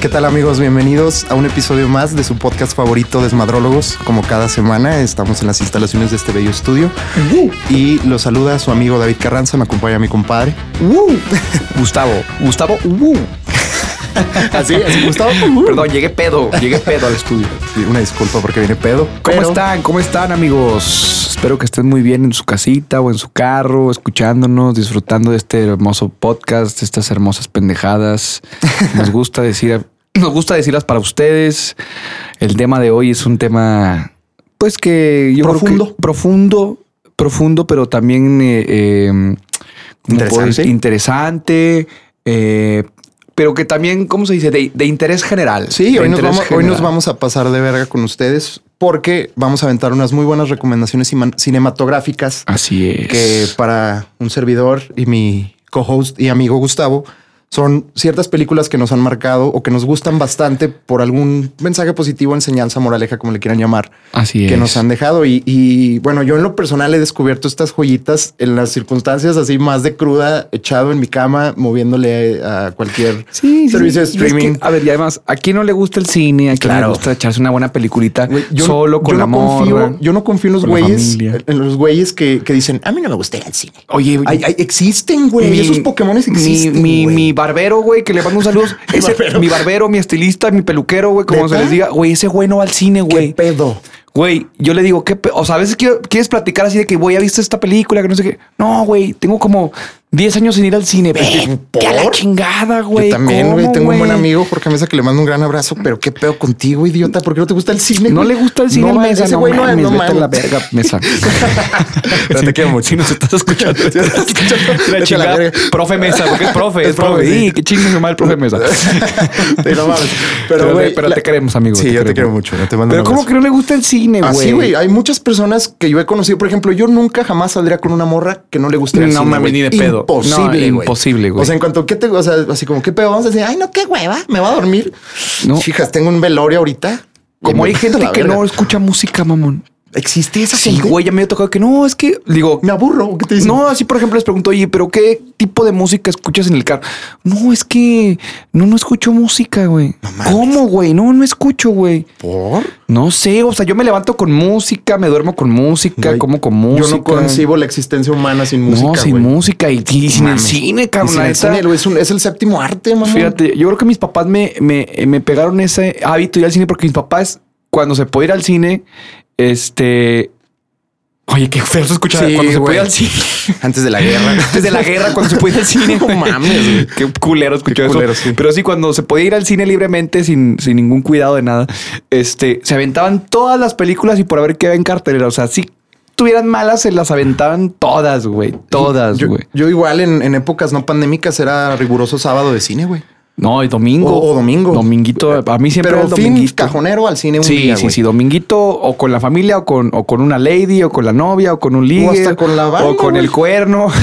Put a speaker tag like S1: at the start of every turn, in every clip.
S1: ¿Qué tal amigos? Bienvenidos a un episodio más de su podcast favorito Desmadrólogos. Como cada semana estamos en las instalaciones de este bello estudio y lo saluda su amigo David Carranza, me acompaña mi compadre.
S2: Gustavo, Gustavo, uh.
S1: Así es, Gustavo.
S2: Perdón, llegué pedo, llegué pedo al estudio.
S1: Sí, Una disculpa porque viene pedo.
S2: ¿Cómo
S1: pero-
S2: están? ¿Cómo están, amigos? Espero que estén muy bien en su casita o en su carro, escuchándonos, disfrutando de este hermoso podcast, de estas hermosas pendejadas. Nos gusta decir, nos gusta decirlas para ustedes. El tema de hoy es un tema, pues que yo creo que-
S1: Profundo.
S2: profundo, profundo, pero también eh, eh, ¿cómo puedo
S1: Interesante.
S2: decir? interesante. eh, pero que también, ¿cómo se dice? De, de interés general.
S1: Sí,
S2: De
S1: hoy nos,
S2: interés
S1: vamos, hoy nos
S2: general.
S1: vamos a pasar de verga con ustedes porque vamos a aventar unas muy buenas recomendaciones cima- cinematográficas
S2: Así es.
S1: que para un servidor y mi co-host y amigo Gustavo son ciertas películas que nos han marcado o que nos gustan bastante por algún mensaje positivo, enseñanza, moraleja, como le quieran llamar,
S2: Así
S1: que
S2: es.
S1: nos han dejado. Y, y, bueno, yo en lo personal he descubierto estas joyitas en las circunstancias así más de cruda, echado en mi cama, moviéndole a cualquier servicio de
S2: Y es que,
S1: streaming.
S2: a ver, y además, ¿a quién no le gusta el cine? ¿A quién
S1: Claro.
S2: le gusta echarse una buena peliculita
S1: Güey, yo-
S2: solo con
S1: yo
S2: la
S1: no confío-
S2: morra?
S1: Yo no confío en los
S2: con la
S1: güeyes,
S2: familia.
S1: en los güeyes que, que dicen, a mí no me gusta ir al cine.
S2: Oye,
S1: Ay, ay, existen, güey.
S2: mi-
S1: Esos Pokémones
S2: mi-
S1: existen.
S2: Mi,
S1: güey.
S2: mi barbero, güey, que le mando un saludo. Ese- mi barbero, mi estilista, mi peluquero, güey, como se
S1: ¿Neta?
S2: les diga. Güey, ese güey no va al cine,
S1: ¿Qué
S2: güey.
S1: pedo?
S2: Güey, yo le digo, ¿qué pe- O sea, a veces quiero- quieres platicar así de que, güey, ¿ya viste esta película? Que no sé qué. No, güey, tengo como 10 años sin ir al cine. Vete a la
S1: ¿Por?
S2: chingada,
S1: Yo
S2: güey.
S1: también, güey.
S2: ¿cómo,
S1: Tengo un buen
S2: güey?
S1: amigo, Jorge Mesa, que le mando un gran abrazo. Pero qué pedo contigo, idiota. ¿Por qué no te gusta el cine?
S2: No
S1: güey?
S2: le gusta el cine
S1: No,
S2: al mesa.
S1: Ese
S2: no
S1: güey no,
S2: mames,
S1: no
S2: vete a
S1: mames.
S2: la verga mesa.
S1: Pero te quiero mucho.
S2: Si nos estás escuchando.
S1: Si nos estás escuchando, vete a la
S2: la chingada.
S1: verga.
S2: Profe mesa, porque es profe.
S1: Es
S2: Es profe.
S1: profe, sí.
S2: Sí, qué chingue su madre el profe mesa.
S1: Sí, no mames. Pero,
S2: Pero,
S1: güey,
S2: pero
S1: la-
S2: te queremos, amigo.
S1: Sí, yo te quiero mucho. Yo te mando
S2: Pero
S1: un
S2: ¿cómo
S1: abrazo.
S2: que no le gusta el cine, güey?
S1: Así, Ah, güey. Hay muchas personas que yo he conocido. Por ejemplo, yo nunca jamás saldría con una morra que no le guste el
S2: No
S1: cine.
S2: mames,
S1: güey.
S2: ni de pedo. No,
S1: Imposible, güey.
S2: imposible, güey.
S1: O sea, en cuanto que te, o sea, así como, ¿qué pedo? Vamos a decir, ay, no, qué hueva, me va a dormir.
S2: No.
S1: Chicas, tengo un velorio ahorita.
S2: Como hay
S1: Me-
S2: gente
S1: la
S2: que
S1: verga.
S2: no escucha música, mamón.
S1: existe esa
S2: Sí,
S1: gente?
S2: güey, ya me había tocado que no, es que digo,
S1: Me aburro. ¿o ¿Qué te dicen?
S2: No, así por ejemplo les pregunto, oye, pero qué tipo de música escuchas en el carro. No, es que no, no escucho música, güey.
S1: mames.
S2: ¿Cómo, güey? No, no escucho, güey.
S1: por
S2: No sé, o sea, yo me levanto con música, me duermo con música,
S1: Güey,
S2: como con música.
S1: Yo no concibo la existencia humana sin música.
S2: No, sin
S1: güey.
S2: música y, y sin el
S1: Mames.
S2: cine,
S1: Y
S2: cabrón.
S1: sin
S2: la
S1: el
S2: neta.
S1: cine, güey, es, un- es el séptimo arte, mamá.
S2: Fíjate, yo creo que mis papás me, me, me pegaron ese hábito de ir al cine porque mis papás, cuando se puede ir al cine, este. Oye, qué feo se escucha
S1: Sí,
S2: cuando se puede
S1: güey.
S2: ir al cine.
S1: Antes de la guerra.
S2: Antes de la guerra, cuando se podía ir al cine.
S1: No
S2: güey.
S1: mames, güey.
S2: Qué culero escuchó
S1: Qué culero,
S2: eso.
S1: sí.
S2: Pero sí, cuando se podía ir al cine libremente, sin, sin ningún cuidado de nada, este, se aventaban todas las películas y por haber quedado en cartelera. O sea, si tuvieran malas, se las aventaban todas, güey. Todas,
S1: yo,
S2: güey.
S1: yo igual en, en épocas no pandémicas era riguroso sábado de cine, güey.
S2: No, y domingo. Eh,
S1: O- o domingo.
S2: Dominguito. A mí siempre
S1: Pero
S2: era el
S1: fin
S2: dominguito.
S1: cajonero al cine un
S2: sí,
S1: día,
S2: sí,
S1: güey.
S2: sí, dominguito o con la familia o con, o con una lady o con la novia o con un ligue
S1: hasta con la banda,
S2: o con
S1: güey.
S2: el cuerno.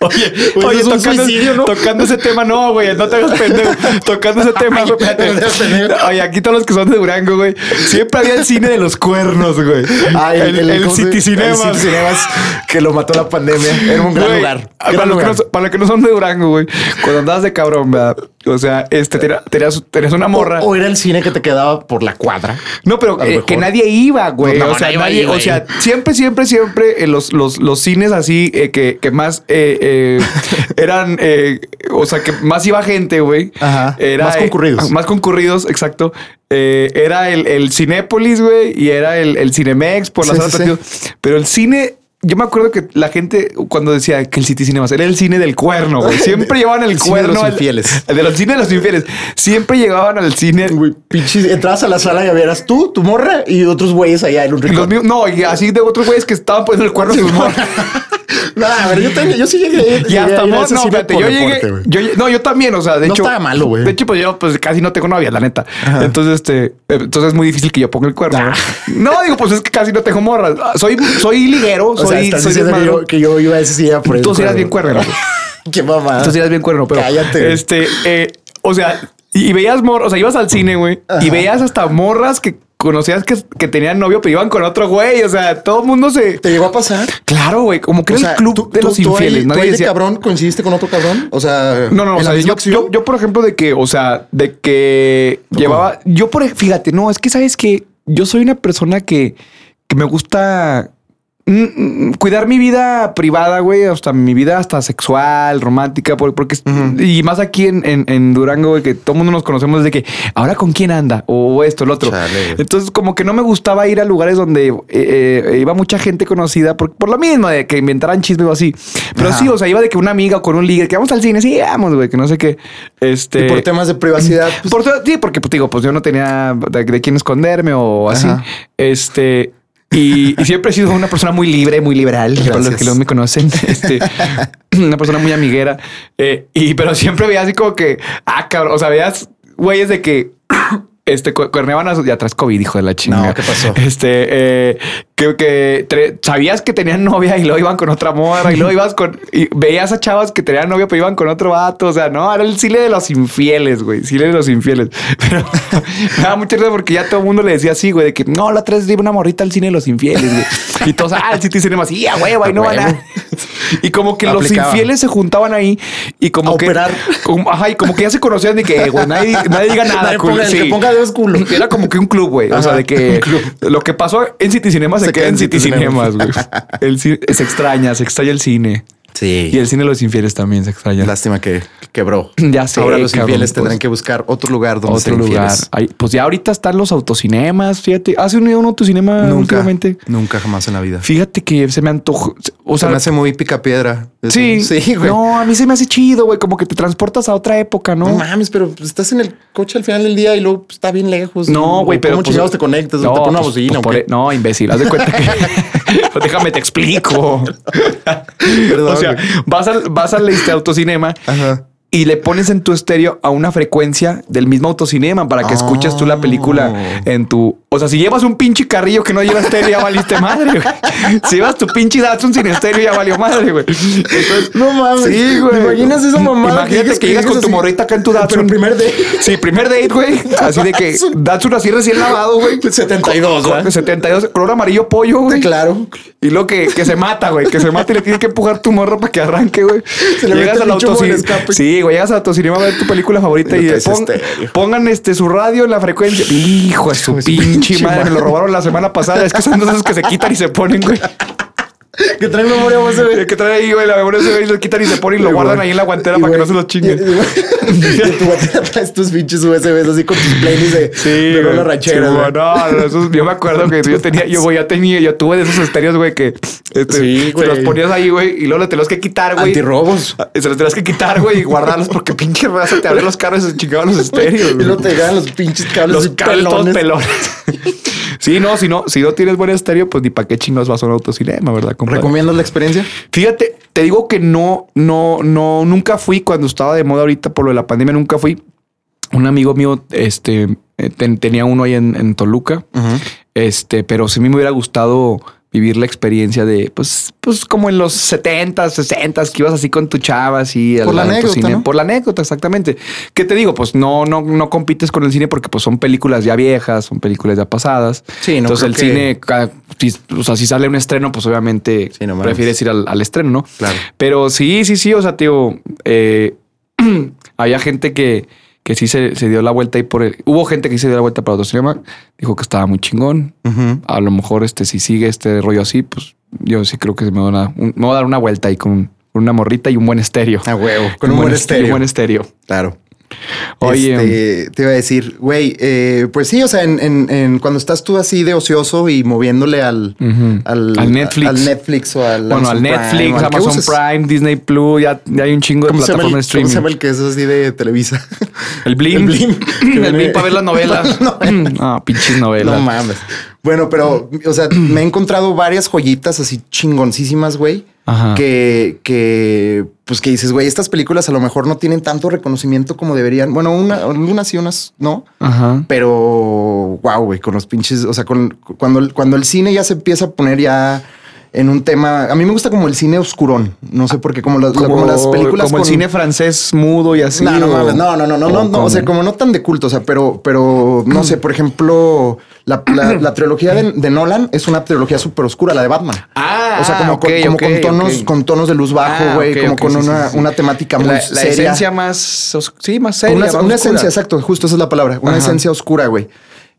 S2: Oye,
S1: Oye, Pues es un suicidio, ¿no?
S2: tocando ese tema, no, güey, no te hagas pendejo. Tocando ese tema,
S1: Ay,
S2: güey.
S1: no te hagas pendejo.
S2: Oye, aquí todos los que son de Durango, güey, siempre había el cine de los cuernos, güey.
S1: Ay,
S2: el, el
S1: ¿cómo se-
S2: City
S1: Ah, el City
S2: Cinemas.
S1: Cinemas que lo mató la pandemia. Era un gran
S2: Güey,
S1: lugar.
S2: Para,
S1: Gran
S2: los que
S1: lugar.
S2: no, son- para los que no son de Durango, güey. Cuando andabas de cabrón, ¿verdad? O sea, este, tenía- tenías, tenías una morra.
S1: O, o era el cine que te quedaba por la cuadra.
S2: No, pero
S1: A lo
S2: eh,
S1: mejor.
S2: que nadie iba, güey.
S1: No,
S2: o sea,
S1: nadie
S2: nadie-
S1: iba ahí,
S2: o sea,
S1: güey.
S2: siempre, siempre, siempre eh, los, los, los cines así eh, que, que más eh, eh, eran, eh, o sea, que más iba gente, güey.
S1: Ajá.
S2: Era,
S1: Más
S2: eh,
S1: concurridos.
S2: más concurridos, exacto. Eh, era el, el Cinépolis, güey, y era el, el Cinemex por las
S1: Sí,
S2: horas
S1: sí,
S2: partido. Pero el cine. Yo me acuerdo que la gente cuando decía que el City Cinemas era el cine del cuerno, güey. Siempre llevaban el,
S1: El cine de
S2: cuerno.
S1: los
S2: al-
S1: infieles.
S2: De los cines de los infieles. Siempre llegaban al cine
S1: Güey, pinches, entrabas a la sala y veras tú, tu morra y otros güeyes allá en un
S2: Y los
S1: rincón.
S2: míos- no, y así de otros güeyes que estaban poniendo el cuerno a sus morras.
S1: Nah, pero yo, también- yo sí llegué.
S2: Y
S1: llegué a ir
S2: hasta
S1: a
S2: mo-
S1: ese
S2: no,
S1: cine
S2: fíjate,
S1: por
S2: yo llegué.
S1: deporte, güey.
S2: yo lle- no, yo también, o sea, de
S1: No
S2: hecho.
S1: estaba malo, güey.
S2: De hecho, pues yo pues casi no tengo novia, la neta. Entonces, este, eh, entonces es muy difícil que yo ponga el cuerno.
S1: Ah.
S2: No, digo, pues es que casi no tengo morras. Ah, Soy, soy liguero,
S1: O sea,
S2: soy,
S1: estás
S2: soy
S1: diciendo que
S2: desmadrón.
S1: yo, que yo iba a ese cine por
S2: Tú
S1: el
S2: sí eras bien
S1: cuerno.
S2: cuerno. güey.
S1: Qué mamada.
S2: Tú sí eras bien cuerno, pero.
S1: Cállate, güey.
S2: Este, eh, o sea, y, y veías morras, o sea, ibas al cine, güey,
S1: Ajá.
S2: y veías hasta morras que conocías que, que tenían novio, pero iban con otro güey. O sea, todo el mundo se.
S1: ¿Te llegó a pasar?
S2: Claro, güey. Como que
S1: O
S2: era
S1: sea,
S2: el club
S1: tú-
S2: de
S1: tú-
S2: los
S1: tú ahí-
S2: infieles.
S1: tú
S2: Nadie
S1: ahí de
S2: decía-
S1: cabrón coincidiste con otro cabrón? O sea,
S2: No, no,
S1: ¿en
S2: o
S1: la
S2: sea,
S1: misma
S2: yo,
S1: acción?
S2: yo, yo, por ejemplo, de que, o sea, de que llevaba. Yo, por ej- fíjate, no, es que sabes que yo soy una persona que, que me gusta mm, mm, cuidar mi vida privada, güey, hasta mi vida hasta sexual, romántica, por- porque.
S1: Ujú.
S2: Y más aquí en, en- en Durango, güey, que todo el mundo nos conocemos desde que ahora con quién anda o esto, el otro.
S1: Chale, güey.
S2: Entonces, como que no me gustaba ir a lugares donde eh, eh, iba mucha gente conocida por, por lo mismo de que inventaran chismes o así. Pero
S1: Ajá.
S2: sí, o sea, iba de que una amiga o con un ligue, que vamos al cine, sí, vamos, güey, que no sé qué. Este.
S1: Y por temas de privacidad. pues,
S2: por todo- sí, porque pues, digo, pues yo no tenía de, de quién esconderme o así.
S1: Ajá.
S2: Este. Y, y siempre he sido una persona muy libre, muy liberal, para los
S1: Gracias.
S2: que no me conocen. Este, una persona muy amiguera. eh, y pero siempre veía así como que, ah, cabrón. O sea, veías güeyes de que este cu- cuerneaban a su- ya tras COVID, hijo de la chingada.
S1: ¿qué pasó?
S2: Este, eh, que, que tre- sabías que tenían novia y luego iban con otra morra y luego ibas con. Y veías a chavas que tenían novia pero iban con otro vato. O sea, no, era el cile de los infieles, güey. Cile de los infieles. Pero me daba mucha risa porque ya todo el mundo le decía así, güey, de que no, la tres lleva una morrita al cine de los infieles, güey. Y todos, ah, el City Cinema, sí, a huevo, ahí no
S1: A
S2: van
S1: huevo.
S2: a. Y como que
S1: Aplicaba.
S2: los infieles se juntaban ahí y como
S1: A
S2: que.
S1: operar.
S2: como- ajá, y como que ya se conocían de que, eh, güey, nadie, nadie diga nada.
S1: Nadie ponga- el
S2: sí.
S1: que ponga dedos culo.
S2: Era como que un club, güey. O sea,
S1: Ajá,
S2: de que
S1: un club.
S2: lo que pasó en City Cinemas se, queda en City, Cinemas, güey. El ci- se extraña, se extraña el cine.
S1: Sí.
S2: Y el cine de los infieles también se extraña.
S1: Lástima que quebró.
S2: Ya sé,
S1: Ahora los
S2: cabrón,
S1: infieles
S2: pues.
S1: tendrán que buscar otro lugar donde
S2: Otro
S1: ser
S2: lugar.
S1: infieles.
S2: Ahí- pues ya ahorita están los autocinemas, fíjate. ¿Has unido un autocinema
S1: Nunca,
S2: Ah, últimamente?
S1: nunca jamás en la vida.
S2: Fíjate que se me antojó. O
S1: Se
S2: sea,
S1: me hace muy pica piedra.
S2: sí,
S1: sí, güey.
S2: No, a mí se me hace chido, güey. Como que te transportas a otra época, ¿no?
S1: No mames, pero pues, estás en el coche al final del día y luego pues, está bien lejos.
S2: No, güey, pero.
S1: ¿Cómo
S2: pues,
S1: chingados te conectas? ¿Te
S2: no,
S1: pone una
S2: pues,
S1: bocina?
S2: pues,
S1: o
S2: por-
S1: qué?
S2: No, imbécil, haz de cuenta que. Pues déjame te explico.
S1: Perdón,
S2: o sea,
S1: güey.
S2: vas al, vas al este autocinema
S1: Ajá.
S2: y le pones en tu estéreo a una frecuencia del mismo autocinema para que escuches
S1: Ah.
S2: tú la película en tu. O sea, si llevas un pinche carrillo que no lleva estéreo, ya valiste madre. güey. Si llevas tu pinche Datsun sin estéreo, ya valió madre, güey. Entonces,
S1: No mames.
S2: Sí, güey.
S1: ¿Te imaginas esa mamada?
S2: Imagínate que, llegas con tu
S1: así?
S2: morrita acá en tu
S1: Pero
S2: Datsun.
S1: primer date.
S2: Sí, primer date, güey. Así de que Datsun así recién lavado, güey.
S1: 72,
S2: Con-
S1: ¿verdad?
S2: 72, color amarillo pollo, güey.
S1: Claro.
S2: Y lo que, que se mata, güey, que se mata y le tienes que empujar tu morro para que arranque, güey.
S1: Se le mete
S2: Llegas
S1: el
S2: al
S1: pinche
S2: autocine-
S1: buen escape.
S2: Sí, güey, llegas al autocinema a ver tu película favorita
S1: Y
S2: y,
S1: lo traes
S2: pon-
S1: estéreo.
S2: pongan este su radio en la frecuencia. Hijo de su
S1: de su
S2: pinche
S1: pinche
S2: madre, me lo
S1: madre.
S2: robaron la semana pasada. Es que son de esos que se quitan y se ponen, güey.
S1: Que trae memoria
S2: El
S1: USB.
S2: que trae ahí, güey, la memoria se ve y lo quitan y se ponen y lo
S1: Muy
S2: guardan
S1: bueno.
S2: ahí en la guantera
S1: Y,
S2: para que
S1: güey,
S2: no se los
S1: y-
S2: chinguen.
S1: Y en tu batería traes tus pinches USBs así con tus playlists de,
S2: Sí,
S1: de
S2: güey.
S1: rola ranchera.
S2: Sí,
S1: güey.
S2: güey, no, no, esos- yo me acuerdo que yo tenía, yo güey, ya tenía, yo tuve de esos estéreos, güey, que este,
S1: Sí,
S2: te
S1: güey.
S2: los ponías ahí, güey, y luego los tenías que quitar, güey.
S1: Antirrobos.
S2: Ah, Se los tenías que quitar, güey, y guardarlos porque pinche raza te abrió los carros y se chingaban los estéreos.
S1: Y luego
S2: güey.
S1: te llegan los pinches cables
S2: los
S1: así
S2: cables todos
S1: pelones.
S2: pelones. sí, no, si no, si no tienes buen estéreo, pues ni para qué chingados vas a un autocinema, ¿verdad? compadre?
S1: ¿Recomiendas la experiencia?
S2: Fíjate, te digo que no, no, no, nunca fui cuando estaba de moda ahorita por lo de la pandemia, nunca fui. Un amigo mío, este, eh, ten- tenía uno ahí en, en Toluca, este, pero sí me hubiera gustado vivir la experiencia de, pues, pues como en los 70s, 60s, que ibas así con tu chava, así al
S1: Por la anécdota,
S2: autocine.
S1: ¿no?
S2: Por la anécdota, exactamente. ¿Qué te digo? Pues no, no, no compites con el cine porque pues son películas ya viejas, son películas ya pasadas.
S1: Sí, no
S2: Entonces
S1: creo
S2: el
S1: que-
S2: cine, ca- si- o sea, si sale un estreno, pues obviamente
S1: Sí, no mames.
S2: prefieres ir al, al estreno, ¿no?
S1: Claro.
S2: Pero sí, sí, sí, o sea, tío, eh, había gente que, que sí se, se dio la vuelta y por el, hubo gente que sí se dio la vuelta para otro cinema, dijo que estaba muy chingón. A lo mejor este, si sigue este rollo así, pues yo sí creo que me voy a, dar un- me voy a dar una vuelta ahí con una morrita y un buen estéreo.
S1: A huevo. Ah, Con un, buen
S2: est- y
S1: estéreo.
S2: Un buen estéreo.
S1: Claro.
S2: Oye,
S1: Este, te iba a decir, güey, eh, pues sí, o sea, en, en- en- cuando estás tú así de ocioso y moviéndole al,
S2: Ujú.
S1: al,
S2: Al Netflix.
S1: al Netflix o al
S2: bueno,
S1: Amazon
S2: al
S1: Prime,
S2: Netflix,
S1: o al que
S2: Amazon
S1: uses.
S2: Prime, Disney Plus, ya, ya hay un chingo de
S1: ¿Cómo se, llama el,
S2: plataformas de
S1: cómo se
S2: streaming.
S1: llama el que es así de Televisa?
S2: El Blim.
S1: El Blim.
S2: El Blim para ver las novelas. Ah, pinches novelas.
S1: No mames. Bueno, pero, o sea, me he encontrado varias joyitas así chingoncísimas, güey.
S2: Ajá.
S1: Que, que, pues que dices, güey, estas películas a lo mejor no tienen tanto reconocimiento como deberían. Bueno, una, algunas sí, unas no.
S2: Ajá.
S1: Pero, wow, güey, con los pinches, o sea, con, cuando, el- cuando el cine ya se empieza a poner ya en un tema. A mí me gusta como el cine oscurón. No sé por qué, como, las- como las películas.
S2: como el
S1: con-
S2: cine francés mudo y así.
S1: no, no,
S2: o-
S1: mames, no, no, no, no,
S2: o
S1: no, no, o sea,
S2: como-
S1: como no tan de culto, o sea, pero, pero no sé, por ejemplo, la, la- la trilogía de, de Nolan es una trilogía súper oscura, la de Batman.
S2: Ah,
S1: o sea, como, con-
S2: ok,
S1: como
S2: ok,
S1: con tonos,
S2: ok.
S1: con tonos de luz bajo,
S2: Ah,
S1: güey,
S2: ok,
S1: como
S2: ok,
S1: con
S2: sí, sí,
S1: una,
S2: sí.
S1: una temática muy
S2: la, la
S1: seria.
S2: esencia más. os- Sí, más seria.
S1: una,
S2: más
S1: una
S2: oscura.
S1: esencia, exacto, justo esa es la palabra, una
S2: Ajá.
S1: esencia oscura, güey.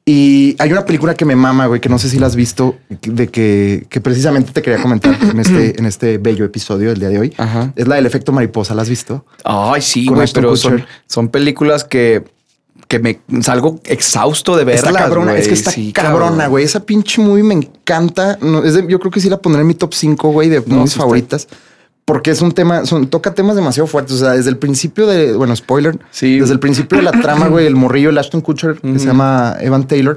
S1: Y hay una película que me mama, güey, que no sé si la has visto, de que, que precisamente te quería comentar en este, en este bello episodio del día de hoy.
S2: Ajá.
S1: Es la del efecto mariposa, ¿la has visto?
S2: Ay, sí,
S1: Con
S2: güey,
S1: Ashton
S2: pero
S1: Kutcher.
S2: son, son películas que, que me salgo exhausto de verlas.
S1: Está cabrona,
S2: güey.
S1: es que está
S2: Sí,
S1: cabrona,
S2: cabrón.
S1: güey. Esa pinche movie me encanta. No, es de- yo creo que sí la pondré en mi top 5, güey, de
S2: No,
S1: mis
S2: sí está-
S1: favoritas. Porque es un tema, son, toca temas demasiado fuertes. O sea, desde el principio de, bueno, spoiler.
S2: Sí.
S1: Desde el principio de la trama, güey, el morrillo, el Ashton Kutcher, que se llama Evan Taylor.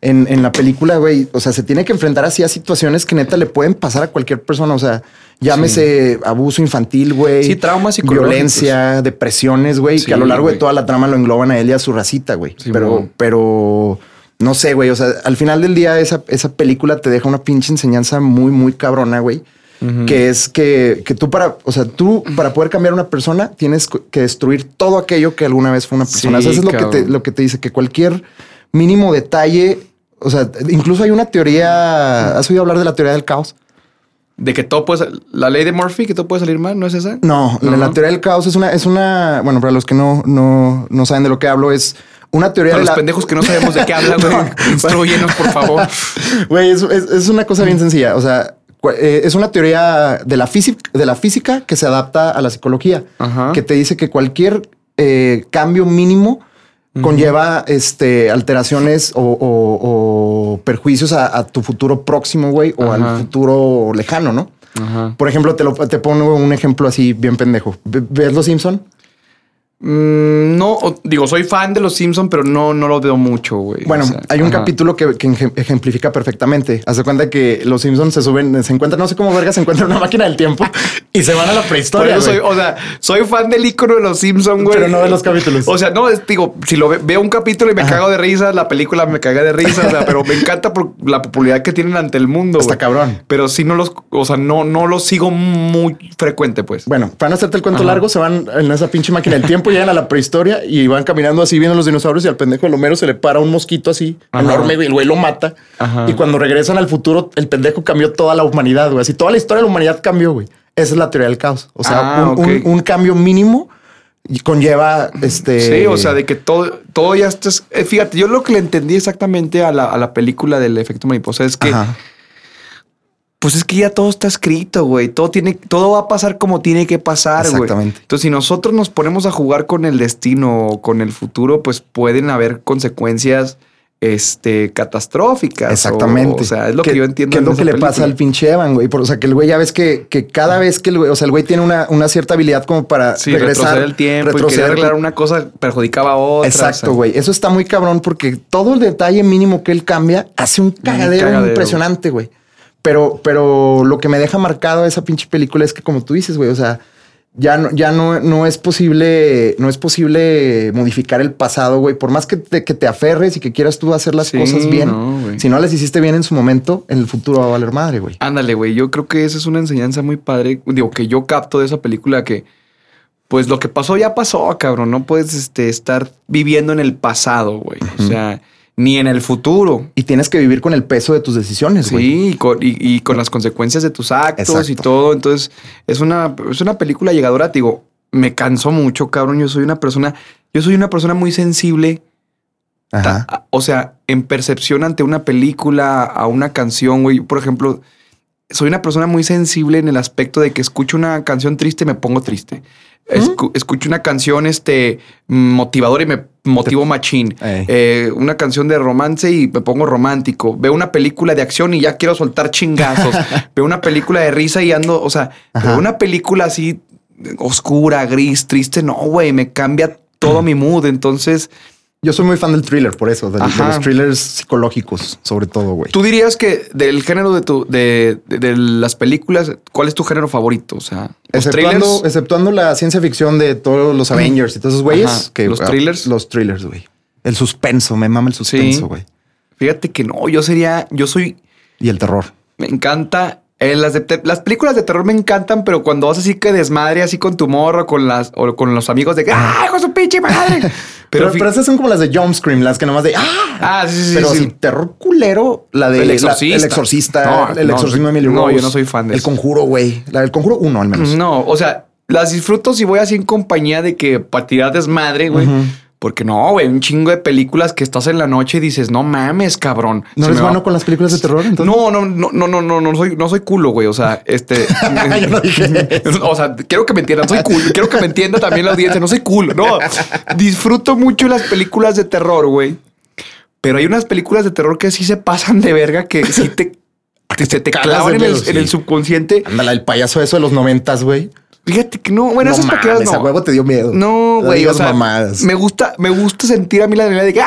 S1: En, en la película, güey, o sea, se tiene que enfrentar así a situaciones que neta le pueden pasar a cualquier persona. O sea, llámese abuso infantil, güey.
S2: Sí, traumas psicológicos.
S1: Violencia, depresiones, güey, que a lo
S2: Sí,
S1: largo de
S2: güey.
S1: toda la trama lo engloban a él y a su racita, güey.
S2: Sí,
S1: pero,
S2: mon.
S1: pero no sé, güey. O sea, al final del día, esa, esa película te deja una pinche enseñanza muy, muy cabrona, güey. Que es que, que tú para, o sea, tú para poder cambiar a una persona tienes co- que destruir todo aquello que alguna vez fue una persona.
S2: Sí,
S1: O sea, eso es lo que, te,
S2: cabrón.
S1: lo que te dice, que cualquier mínimo detalle, o sea, incluso hay una teoría, ¿has oído hablar de la teoría del caos?
S2: De que todo puede. sal- La ley de Murphy, que todo puede salir mal, ¿no es esa?
S1: No, la- la
S2: Ajá.
S1: teoría del caos es una, es una, bueno, para los que no, no, no saben de lo que hablo, es una teoría
S2: Para
S1: de
S2: los
S1: la-
S2: pendejos que no sabemos de qué habla, güey. Instruyenos, por favor.
S1: Güey, es, es- es una cosa bien sencilla. O sea, cu- eh, es una teoría de la, física, de la física que se adapta a la psicología,
S2: Ajá.
S1: que te dice que cualquier eh, cambio mínimo conlleva este, alteraciones o, o- o perjuicios a, a tu futuro próximo, güey, o
S2: Ajá.
S1: al futuro lejano, ¿no?
S2: Ajá.
S1: Por ejemplo, te, lo, te pongo un ejemplo así bien pendejo. Ve- ¿Ves Los Simpson?
S2: Mm, no, o- digo, soy fan de los Simpsons, pero no, no lo veo mucho, güey.
S1: Bueno,
S2: O sea,
S1: hay un
S2: ajá.
S1: capítulo que, que ejem- ejemplifica perfectamente. Haz de cuenta que los Simpsons se suben, se encuentran, no sé cómo verga, se encuentran una máquina del tiempo y se van a la
S2: Por
S1: prehistoria.
S2: eso soy,
S1: güey.
S2: o sea, soy fan del icono de los Simpsons, güey.
S1: Pero no de los capítulos.
S2: O sea, no, es- digo, si lo ve- veo un capítulo y me cago de risa, la película me caga de risa, o sea, pero me encanta por la popularidad que tienen ante el mundo.
S1: Está
S2: güey.
S1: cabrón.
S2: Pero sí no los, o sea, no, no los sigo muy frecuente, pues.
S1: Bueno, para no hacerte el cuento
S2: Ajá.
S1: largo, se van en esa pinche máquina del tiempo, llegan a la prehistoria y van caminando así, vienen los dinosaurios y al pendejo del Homero se le para un mosquito así
S2: Ajá.
S1: enorme, güey, el güey lo mata.
S2: Ajá.
S1: Y cuando regresan al futuro, el pendejo cambió toda la humanidad, güey. Así toda la historia de la humanidad cambió, güey. Esa es la teoría del caos. O sea,
S2: Ah,
S1: un, un-
S2: ok.
S1: un cambio mínimo y conlleva este.
S2: Sí, o sea, de que todo, todo ya está. eh, fíjate, yo lo que le entendí exactamente a la, a la película del efecto mariposa es que,
S1: Ajá.
S2: pues es que ya todo está escrito, güey. Todo tiene, todo va a pasar como tiene que pasar, güey.
S1: Exactamente.
S2: Entonces, si nosotros nos ponemos a jugar con el destino o con el futuro, pues pueden haber consecuencias este, catastróficas. o-
S1: Exactamente.
S2: O, sea, es lo que,
S1: ¿Qué-
S2: yo entiendo.
S1: qué es
S2: en
S1: lo
S2: esa
S1: que le
S2: película.
S1: pasa al pinche Evan, güey. Por- O sea, que el güey ya ves que, que cada vez que el güey, o sea, el güey tiene una, una cierta habilidad como para
S2: Sí,
S1: regresar.
S2: retroceder el tiempo y querer
S1: retroceder-
S2: arreglar una cosa perjudicaba a otra. o sea.
S1: Exacto, güey. Eso está muy cabrón porque todo el detalle mínimo que él cambia hace un cagadero,
S2: cagadero.
S1: impresionante, güey. Pero, pero lo que me deja marcado esa pinche película es que, como tú dices, güey, o sea, ya no, ya no, no es posible, no es posible modificar el pasado, güey. Por más que te, que te aferres y que quieras tú hacer las
S2: Sí,
S1: cosas bien,
S2: no, güey.
S1: si no las hiciste bien en su momento, en el futuro va a valer madre, güey.
S2: Ándale, güey. Yo creo que esa es una enseñanza muy padre. Digo, que yo capto de esa película que, pues lo que pasó ya pasó, cabrón. No puedes este, estar viviendo en el pasado, güey. O sea, ni en el futuro.
S1: Y tienes que vivir con el peso de tus decisiones, güey.
S2: Sí, y con, y- y con las consecuencias de tus actos y
S1: Exacto.
S2: todo. Entonces, es una, es una película llegadora. Te Digo, me cansó mucho, cabrón. Yo soy una persona, yo soy una persona muy sensible.
S1: Ajá.
S2: Ta- O sea, en percepción ante una película, a una canción, güey. Por ejemplo, soy una persona muy sensible en el aspecto de que escucho una canción triste y me pongo triste. Escu- escucho una canción este, motivadora y me motivo machín.
S1: Ey.
S2: Eh, una canción de romance y me pongo romántico. Veo una película de acción y ya quiero soltar chingazos. Veo una película de risa y ando, o sea, pero
S1: Ajá.
S2: una película así oscura, gris, triste, no, güey, me cambia todo mi mood. Entonces,
S1: Yo soy muy fan del thriller, por eso, del- de,
S2: Ajá.
S1: los thrillers psicológicos, sobre todo, güey.
S2: Tú dirías que del género de, tu, de, de- de las películas, ¿cuál es tu género favorito? O sea, los
S1: Exceptuando,
S2: thrillers.
S1: exceptuando la ciencia ficción de todos los Avengers y todos esos güeyes. ah,
S2: Ajá. Los thrillers.
S1: Los thrillers, güey. El suspenso, me mama el suspenso,
S2: Sí.
S1: güey.
S2: Fíjate que no, yo sería, yo soy,
S1: Y el terror.
S2: me encanta Eh, las, de te- las películas de terror me encantan, pero cuando vas así que desmadre así con tu morro, con las o con los amigos de que ¡Ah, hijo de su pinche madre! Pero,
S1: Pero,
S2: fi-
S1: pero esas son como las de Jump Scream, las que nomás de ¡ah!
S2: Ah, sí, sí, sí,
S1: pero
S2: sí.
S1: el terror culero, la de
S2: El
S1: la-
S2: Exorcista.
S1: el exorcista,
S2: No,
S1: el
S2: no,
S1: exorcismo de Emily
S2: no,
S1: Rose.
S2: yo no soy fan de
S1: El
S2: eso.
S1: conjuro, güey. La del conjuro uno al menos.
S2: No, o sea, las disfruto si voy así en compañía de que para tirar desmadre, güey.
S1: Ujú.
S2: Porque no, güey, un chingo de películas que estás en la noche y dices, no mames, cabrón.
S1: ¿No
S2: Se
S1: eres
S2: me va-
S1: bueno con las películas de terror? Entonces?
S2: No, no, no, no, no, no, no soy, no soy culo, güey. O sea, este.
S1: Ah, Yo no dije
S2: o sea, quiero que me entiendan, soy culo. Quiero que me entienda también la audiencia. No soy culo. No. Disfruto mucho las películas de terror, güey. Pero hay unas películas de terror que sí se pasan de verga que sí te, te- se te
S1: Cagas
S2: clavan
S1: de
S2: en el,
S1: miedo,
S2: en el
S1: sí.
S2: subconsciente.
S1: Ándala, el payaso eso de los noventas, güey.
S2: Fíjate que no, bueno, eso es para que veas,
S1: mames,
S2: no.
S1: a huevo te dio miedo.
S2: No, güey. O
S1: digas
S2: sea,
S1: mamadas.
S2: me gusta, me gusta sentir a mí la adrenalina de que ¡ah!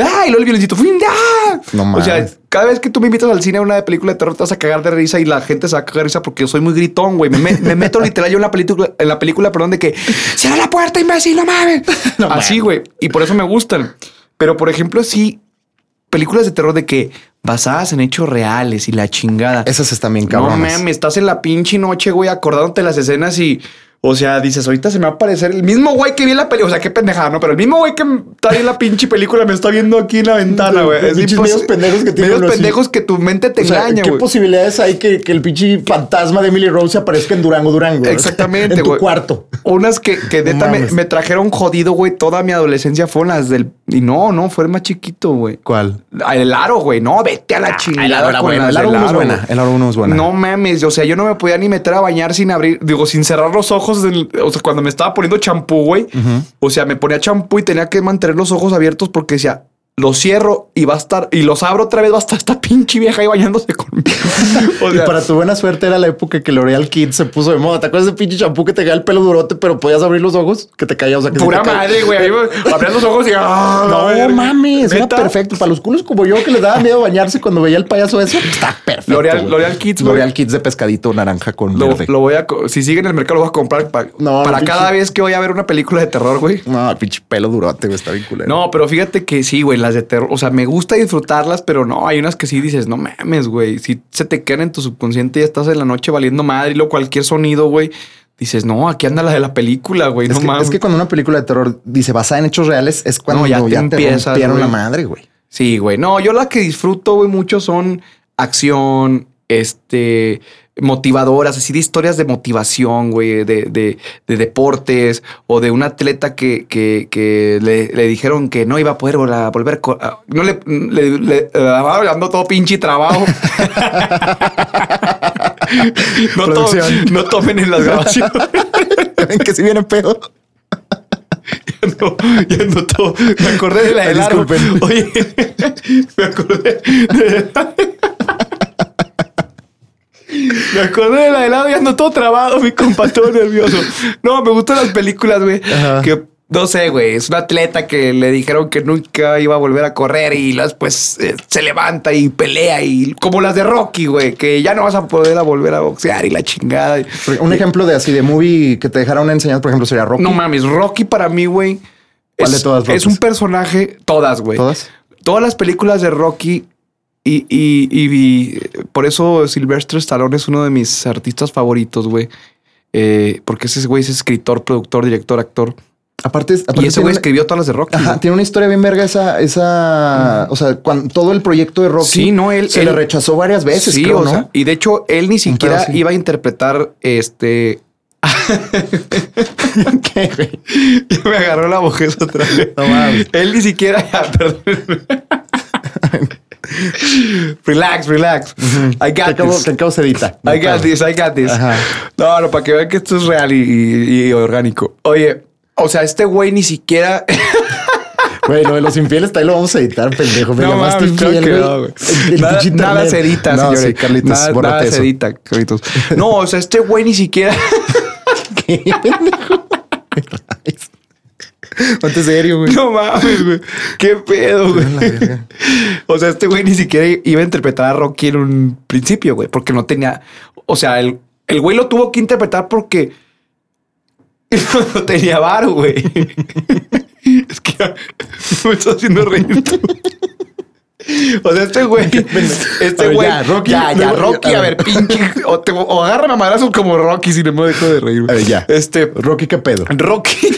S2: ¡Ah! Y luego el violencito. ¡fin! ¡Ah!
S1: No
S2: o sea,
S1: mames.
S2: cada vez que tú me invitas al cine a una película de terror, te vas a cagar de risa y la gente se va a cagar de risa porque yo soy muy gritón, güey. Me, me- me meto literal yo en la película, en la película, perdón, de que ¡Cierra la puerta, imbécil! ¡No mames!
S1: No
S2: Así, güey. Y por eso me gustan. Pero, por ejemplo, sí, películas de terror de que basadas en hechos reales y la chingada.
S1: Esas están bien
S2: No
S1: cabronas.
S2: mames, estás en la pinche noche, güey, acordándote las escenas y. O sea, dices, ahorita se me va a aparecer el mismo güey que vi en la película. O sea, qué pendejada, ¿no? Pero el mismo güey que está ahí en la pinche película me está viendo aquí en la ventana, güey. Es
S1: Pinches
S2: impos-
S1: medios pendejos que tiene
S2: medios
S1: uno así.
S2: pendejos que tu mente te
S1: O sea,
S2: engaña,
S1: ¿Qué
S2: güey.
S1: posibilidades hay que, que el pinche fantasma de Emily Rose aparezca en Durango, Durango? güey?
S2: Exactamente,
S1: en tu
S2: güey.
S1: cuarto.
S2: Unas que,
S1: No
S2: que neta me,
S1: mames.
S2: me trajeron jodido, güey, toda mi adolescencia fueron las del. Y no, no, fue el más chiquito, güey.
S1: ¿Cuál?
S2: El aro, güey. No, vete a la chingada.
S1: Ah, el aro era
S2: Ah, con
S1: bueno,
S2: las
S1: el aro
S2: del
S1: uno es buena,
S2: güey.
S1: el aro uno es buena.
S2: No mames. O sea, yo no me podía ni meter a bañar sin abrir, digo, sin cerrar los ojos. del- o sea, cuando me estaba poniendo champú, güey. O sea, me ponía champú y tenía que mantener los ojos abiertos porque decía, los cierro y va a estar, y los abro otra vez, va a estar esta pinche vieja ahí bañándose conmigo. O sea,
S1: y para tu buena suerte era la época que L'Oreal Kid se puso de moda. ¿Te acuerdas de pinche champú que te caía el pelo durote, pero podías abrir los ojos? Que te caía, o sea, que se
S2: pura
S1: te caía.
S2: madre, güey. A mí me abrían los ojos y. ah, la
S1: No
S2: verga.
S1: mames, era
S2: ¿Neta?
S1: perfecto. Para los culos como yo que les daba miedo bañarse cuando veía el payaso eso, está perfecto.
S2: L'Oreal-
S1: güey.
S2: L'Oreal Kids, güey.
S1: L'Oreal Kids de pescadito naranja con
S2: Lo,
S1: verde.
S2: lo voy a. co- Si sigue en el mercado, lo voy a comprar pa-
S1: No,
S2: para
S1: no,
S2: cada
S1: pinche-
S2: vez que voy a ver una película de terror, güey.
S1: No, pinche pelo durote, güey, está bien culero.
S2: No, pero fíjate que sí, güey, las de terror. O sea, me gusta disfrutarlas, pero no, hay unas que sí dices, no mames, güey. Si se te quedan en tu subconsciente y estás en la noche valiendo madre y luego cualquier sonido, güey, dices, no, aquí anda la de la película, güey.
S1: Es,
S2: No
S1: que,
S2: mames.
S1: es que cuando una película de terror dice basada en hechos reales, es cuando
S2: No, ya
S1: ya,
S2: te
S1: te,
S2: empiezas,
S1: rompieron
S2: güey.
S1: la madre, güey.
S2: Sí, güey. No, yo las que disfruto, güey, mucho son acción, este, motivadoras, así de historias de motivación, güey, de, de- de deportes o de un atleta que, que- que le, le dijeron que no iba a poder vol- a volver. co- a- No le, le, le- ah, hablando todo pinche trabajo. no, to-
S1: Producción.
S2: no tomen en las grabaciones.
S1: Ven que si viene pedo.
S2: No, ya no todo. Me acordé de la del árbol.
S1: Ah, Disculpen.
S2: Oye, me acordé. de- Me acordé de la helado y ando todo trabado, mi compa, todo nervioso. No, me gustan las películas, güey.
S1: Ajá.
S2: Que no sé, güey. Es un atleta que le dijeron que nunca iba a volver a correr y las, pues eh, se levanta y pelea y como las de Rocky, güey, que ya no vas a poder a volver a boxear y la chingada.
S1: Un ejemplo de así de movie que te dejara una enseñanza, por ejemplo, sería Rocky.
S2: No mames, Rocky para mí, güey.
S1: ¿Cuál
S2: es-
S1: de todas,
S2: Es
S1: Rocky?
S2: un personaje, todas, güey.
S1: ¿Todas?
S2: Todas las películas de Rocky y, y- y- y- por eso Sylvester Stallone es uno de mis artistas favoritos, güey. Eh, porque ese güey es escritor, productor, director, actor.
S1: Aparte, aparte
S2: Y ese
S1: tiene,
S2: güey escribió todas las de Rocky.
S1: una, Ajá,
S2: güey.
S1: tiene una historia bien verga esa, esa, o sea, cuando todo el proyecto de Rocky
S2: Sí, no, él-
S1: se
S2: él-
S1: le rechazó varias veces,
S2: Sí,
S1: creo,
S2: o
S1: ¿no?
S2: sea, y de hecho él ni siquiera
S1: así.
S2: iba a interpretar este.
S1: ¿Qué, güey?
S2: Ya me agarró la bojeza otra vez.
S1: No mames.
S2: Él ni siquiera. Perdón. relax, relax. I
S1: Que
S2: got
S1: acabo,
S2: this.
S1: que acabo se edita.
S2: I got this, I got this.
S1: Ajá.
S2: No, no, para que vean que esto es real y, y- y orgánico. Oye, o sea, este güey ni siquiera.
S1: Güey, lo de los infieles, ahí lo vamos a editar, pendejo. Me
S2: No,
S1: llamaste
S2: mames, claro
S1: infiel,
S2: que
S1: güey.
S2: no, güey.
S1: El- el
S2: Nada,
S1: pinche
S2: nada
S1: internet.
S2: se edita,
S1: no,
S2: señores.
S1: sí, Carlitos,
S2: nada,
S1: bórrate
S2: nada se
S1: eso.
S2: edita, Carlitos. No, o sea, este güey ni siquiera.
S1: ¿Qué, pendejo? Ponte serio, güey.
S2: No mames, güey. Qué pedo, güey.
S1: la verga.
S2: O sea, este güey ni siquiera iba a interpretar a Rocky en un principio, güey, porque no tenía. O sea, el, el güey lo tuvo que interpretar porque no tenía varo, güey. es que me está haciendo reír. tú. O sea, este güey.
S1: A
S2: Este
S1: ver,
S2: güey.
S1: ya, Rocky,
S2: Ya, ya,
S1: no,
S2: Rocky. A
S1: a
S2: ver,
S1: ver.
S2: pinche. O, te, o agárrame a madrazos como Rocky si no me dejo de reír.
S1: A ver, ya.
S2: Este.
S1: Rocky, ¿qué pedo?
S2: Rocky.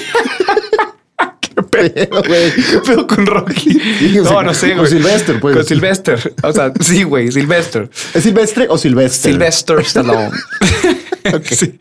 S2: ¿Qué pedo, güey? ¿Qué pedo con Rocky?
S1: o sea,
S2: no, no sé, güey.
S1: con Sylvester, pues.
S2: Con Sylvester. O sea, sí, güey. Sylvester.
S1: ¿Es silvestre o silvestre?
S2: Sylvester Stallone. Sí.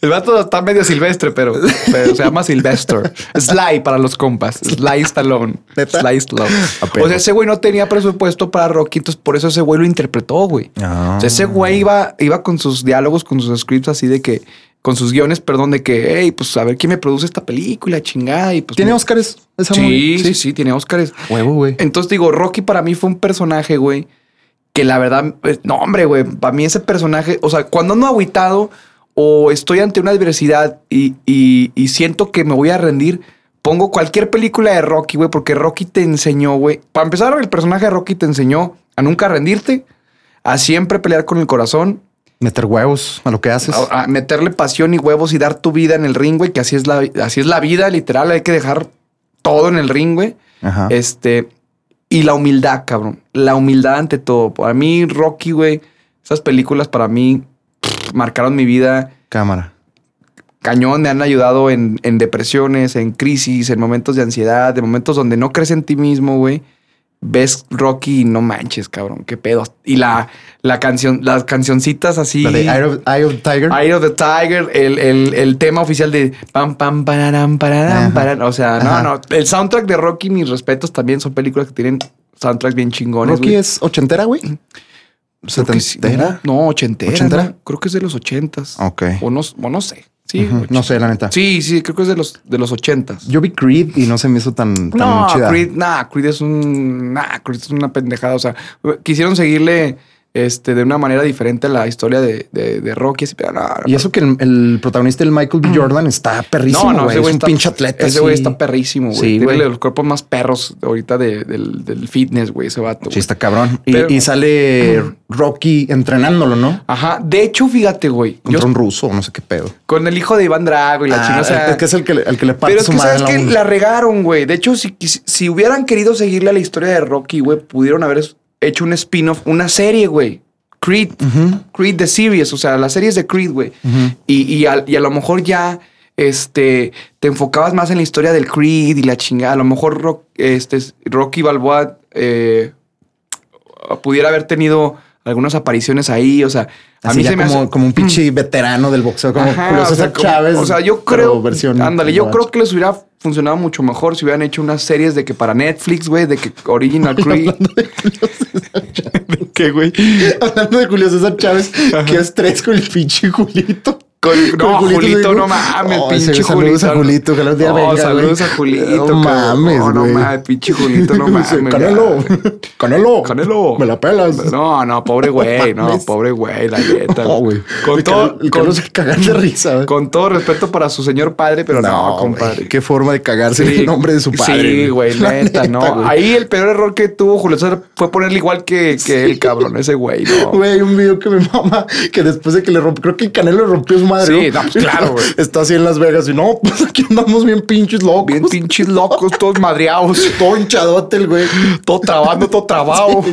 S2: El vato está medio silvestre, pero, pero se llama Sylvester. Sly para los compas. Sly Stallone.
S1: ¿Neta?
S2: Sly Stallone.
S1: Apenas.
S2: O sea, ese güey no tenía presupuesto para Rocky, entonces por eso ese güey lo interpretó, güey.
S1: Ah.
S2: O sea, ese güey iba, iba con sus diálogos, con sus scripts así de que, con sus guiones, perdón, de que, hey, pues a ver quién me produce esta película, chingada. Y pues,
S1: ¿Tiene Óscares? esa
S2: Sí, Eh.
S1: movie?
S2: sí, sí, tiene Óscares.
S1: Huevo, güey.
S2: Entonces digo, Rocky para mí fue un personaje, güey, que la verdad, eh, no, hombre, güey, para mí ese personaje, o sea, cuando ando aguitado o estoy ante una adversidad y, y- y siento que me voy a rendir, pongo cualquier película de Rocky, güey, porque Rocky te enseñó, güey. Para empezar, el personaje de Rocky te enseñó a nunca rendirte, a siempre pelear con el corazón,
S1: Meter huevos a lo que haces.
S2: a, a meterle pasión y huevos y dar tu vida en el ring, güey, que así es la, así es la vida, literal, hay que dejar todo en el ring, güey.
S1: Ajá.
S2: Este, y la humildad, cabrón. La humildad ante todo. Para mí, Rocky, güey, esas películas para mí pff, marcaron mi vida.
S1: Cámara.
S2: Cañón, me han ayudado en, en depresiones, en crisis, en momentos de ansiedad, de momentos donde no crees en ti mismo, güey. Ves Rocky y no manches, cabrón, qué pedo. Y la, la canción, las cancioncitas así.
S1: La de Eye of, Eye of Tiger.
S2: Eye of the Tiger, el, el- el tema oficial de pam, pam, pararam, pararam,
S1: Ajá.
S2: pararam. O sea, no,
S1: Ajá.
S2: no. El soundtrack de Rocky, mis respetos también son películas que tienen soundtracks bien chingones.
S1: Rocky
S2: güey.
S1: es ochentera, güey.
S2: Creo que sí,
S1: ¿Setentera?
S2: No, no, ochentera.
S1: ¿Ochentera?
S2: ¿no? Creo que es de los ochentas.
S1: Ok.
S2: O no, o no sé. Sí,
S1: Ujú, No
S2: ochenta.
S1: sé, la neta.
S2: Sí, sí, creo que es de los, de los ochentas.
S1: Yo vi Creed y no se me hizo tan, tan
S2: No,
S1: chida.
S2: Creed, nah, Creed es un. Nah, Creed es una pendejada. O sea, quisieron seguirle este, de una manera diferente a la historia de, de, de Rocky. así, pero no, no,
S1: Y eso que el, el protagonista, el Michael B. Jordan, está perrísimo, güey.
S2: Mm. ese
S1: es un
S2: está-
S1: pinche atleta.
S2: Ese güey
S1: sí.
S2: está perrísimo, güey.
S1: Sí,
S2: Tiene
S1: güey.
S2: de los cuerpos más perros ahorita de- del, del fitness, güey, ese
S1: Sí,
S2: vato. güey.
S1: está cabrón. Y,
S2: Pero-
S1: y sale Rocky entrenándolo, ¿no?
S2: Ajá. De hecho, fíjate, güey.
S1: Contra
S2: yo-
S1: un ruso, no sé qué pedo.
S2: Con el hijo de Iván Drago y la
S1: Ah,
S2: china. O sea,
S1: es que es el que, le- el que le parte
S2: pero es
S1: su
S2: que
S1: madre.
S2: sabes
S1: en la
S2: que
S1: una.
S2: la regaron, güey. De hecho, si, quis- si hubieran querido seguirle a la historia de Rocky, güey, pudieron haber es- hecho un spin-off, una serie, güey. Creed, Creed The Series, o sea, las series de Creed, güey. y, y al- y a lo mejor ya este, te enfocabas más en la historia del Creed y la chingada. A lo mejor Rock- este, Rocky Balboa eh, pudiera haber tenido algunas apariciones ahí, o sea,
S1: Así ya como,
S2: hace- Mm.
S1: como un pinche veterano del boxeo, como
S2: Ajá,
S1: Julio César
S2: como-
S1: Chávez.
S2: O sea, yo
S1: pero
S2: creo.
S1: Versión
S2: ándale, yo
S1: guacho.
S2: creo que les hubiera funcionado mucho mejor si hubieran hecho unas series de que para Netflix, güey, de que Original Creed. ¿Qué, güey?
S1: Hablando de Julio César Chávez, que es tres con el pinche Julito.
S2: Con- no,
S1: Julito,
S2: Julito,
S1: digo,
S2: no mames,
S1: oh,
S2: pinche
S1: ese-
S2: Julito.
S1: Saludos a Julito, ojalá un día
S2: No,
S1: venga, güey.
S2: saludos a Julito.
S1: No
S2: cabrón.
S1: mames,
S2: No, no
S1: güey.
S2: mames, pinche Julito, no mames.
S1: Dice,
S2: ya.
S1: Canelo, Canelo,
S2: Canelo.
S1: me la pelas.
S2: No, no, pobre güey, no,
S1: mames.
S2: pobre güey, la neta.
S1: No, güey.
S2: Con
S1: El
S2: todo,
S1: Canelo- el
S2: con,
S1: Canelo se cagar de risa. güey.
S2: con todo respeto para su señor padre, pero no,
S1: güey,
S2: compadre.
S1: Qué forma de cagarse en el nombre de su padre.
S2: Sí, güey,
S1: La
S2: neta, no.
S1: güey.
S2: Ahí el peor error que tuvo Julio César fue ponerle igual que, que el cabrón, ese güey, no.
S1: Güey, hay un video que me mama que después de que le rompió, creo que el Canelo le rompió su madre.
S2: Sí, no, pues, claro, güey.
S1: Está así en Las Vegas y no, pues aquí andamos bien pinches locos.
S2: Bien pinches locos, todos madreados,
S1: todo hinchadote el güey.
S2: todo trabando, todo trabado.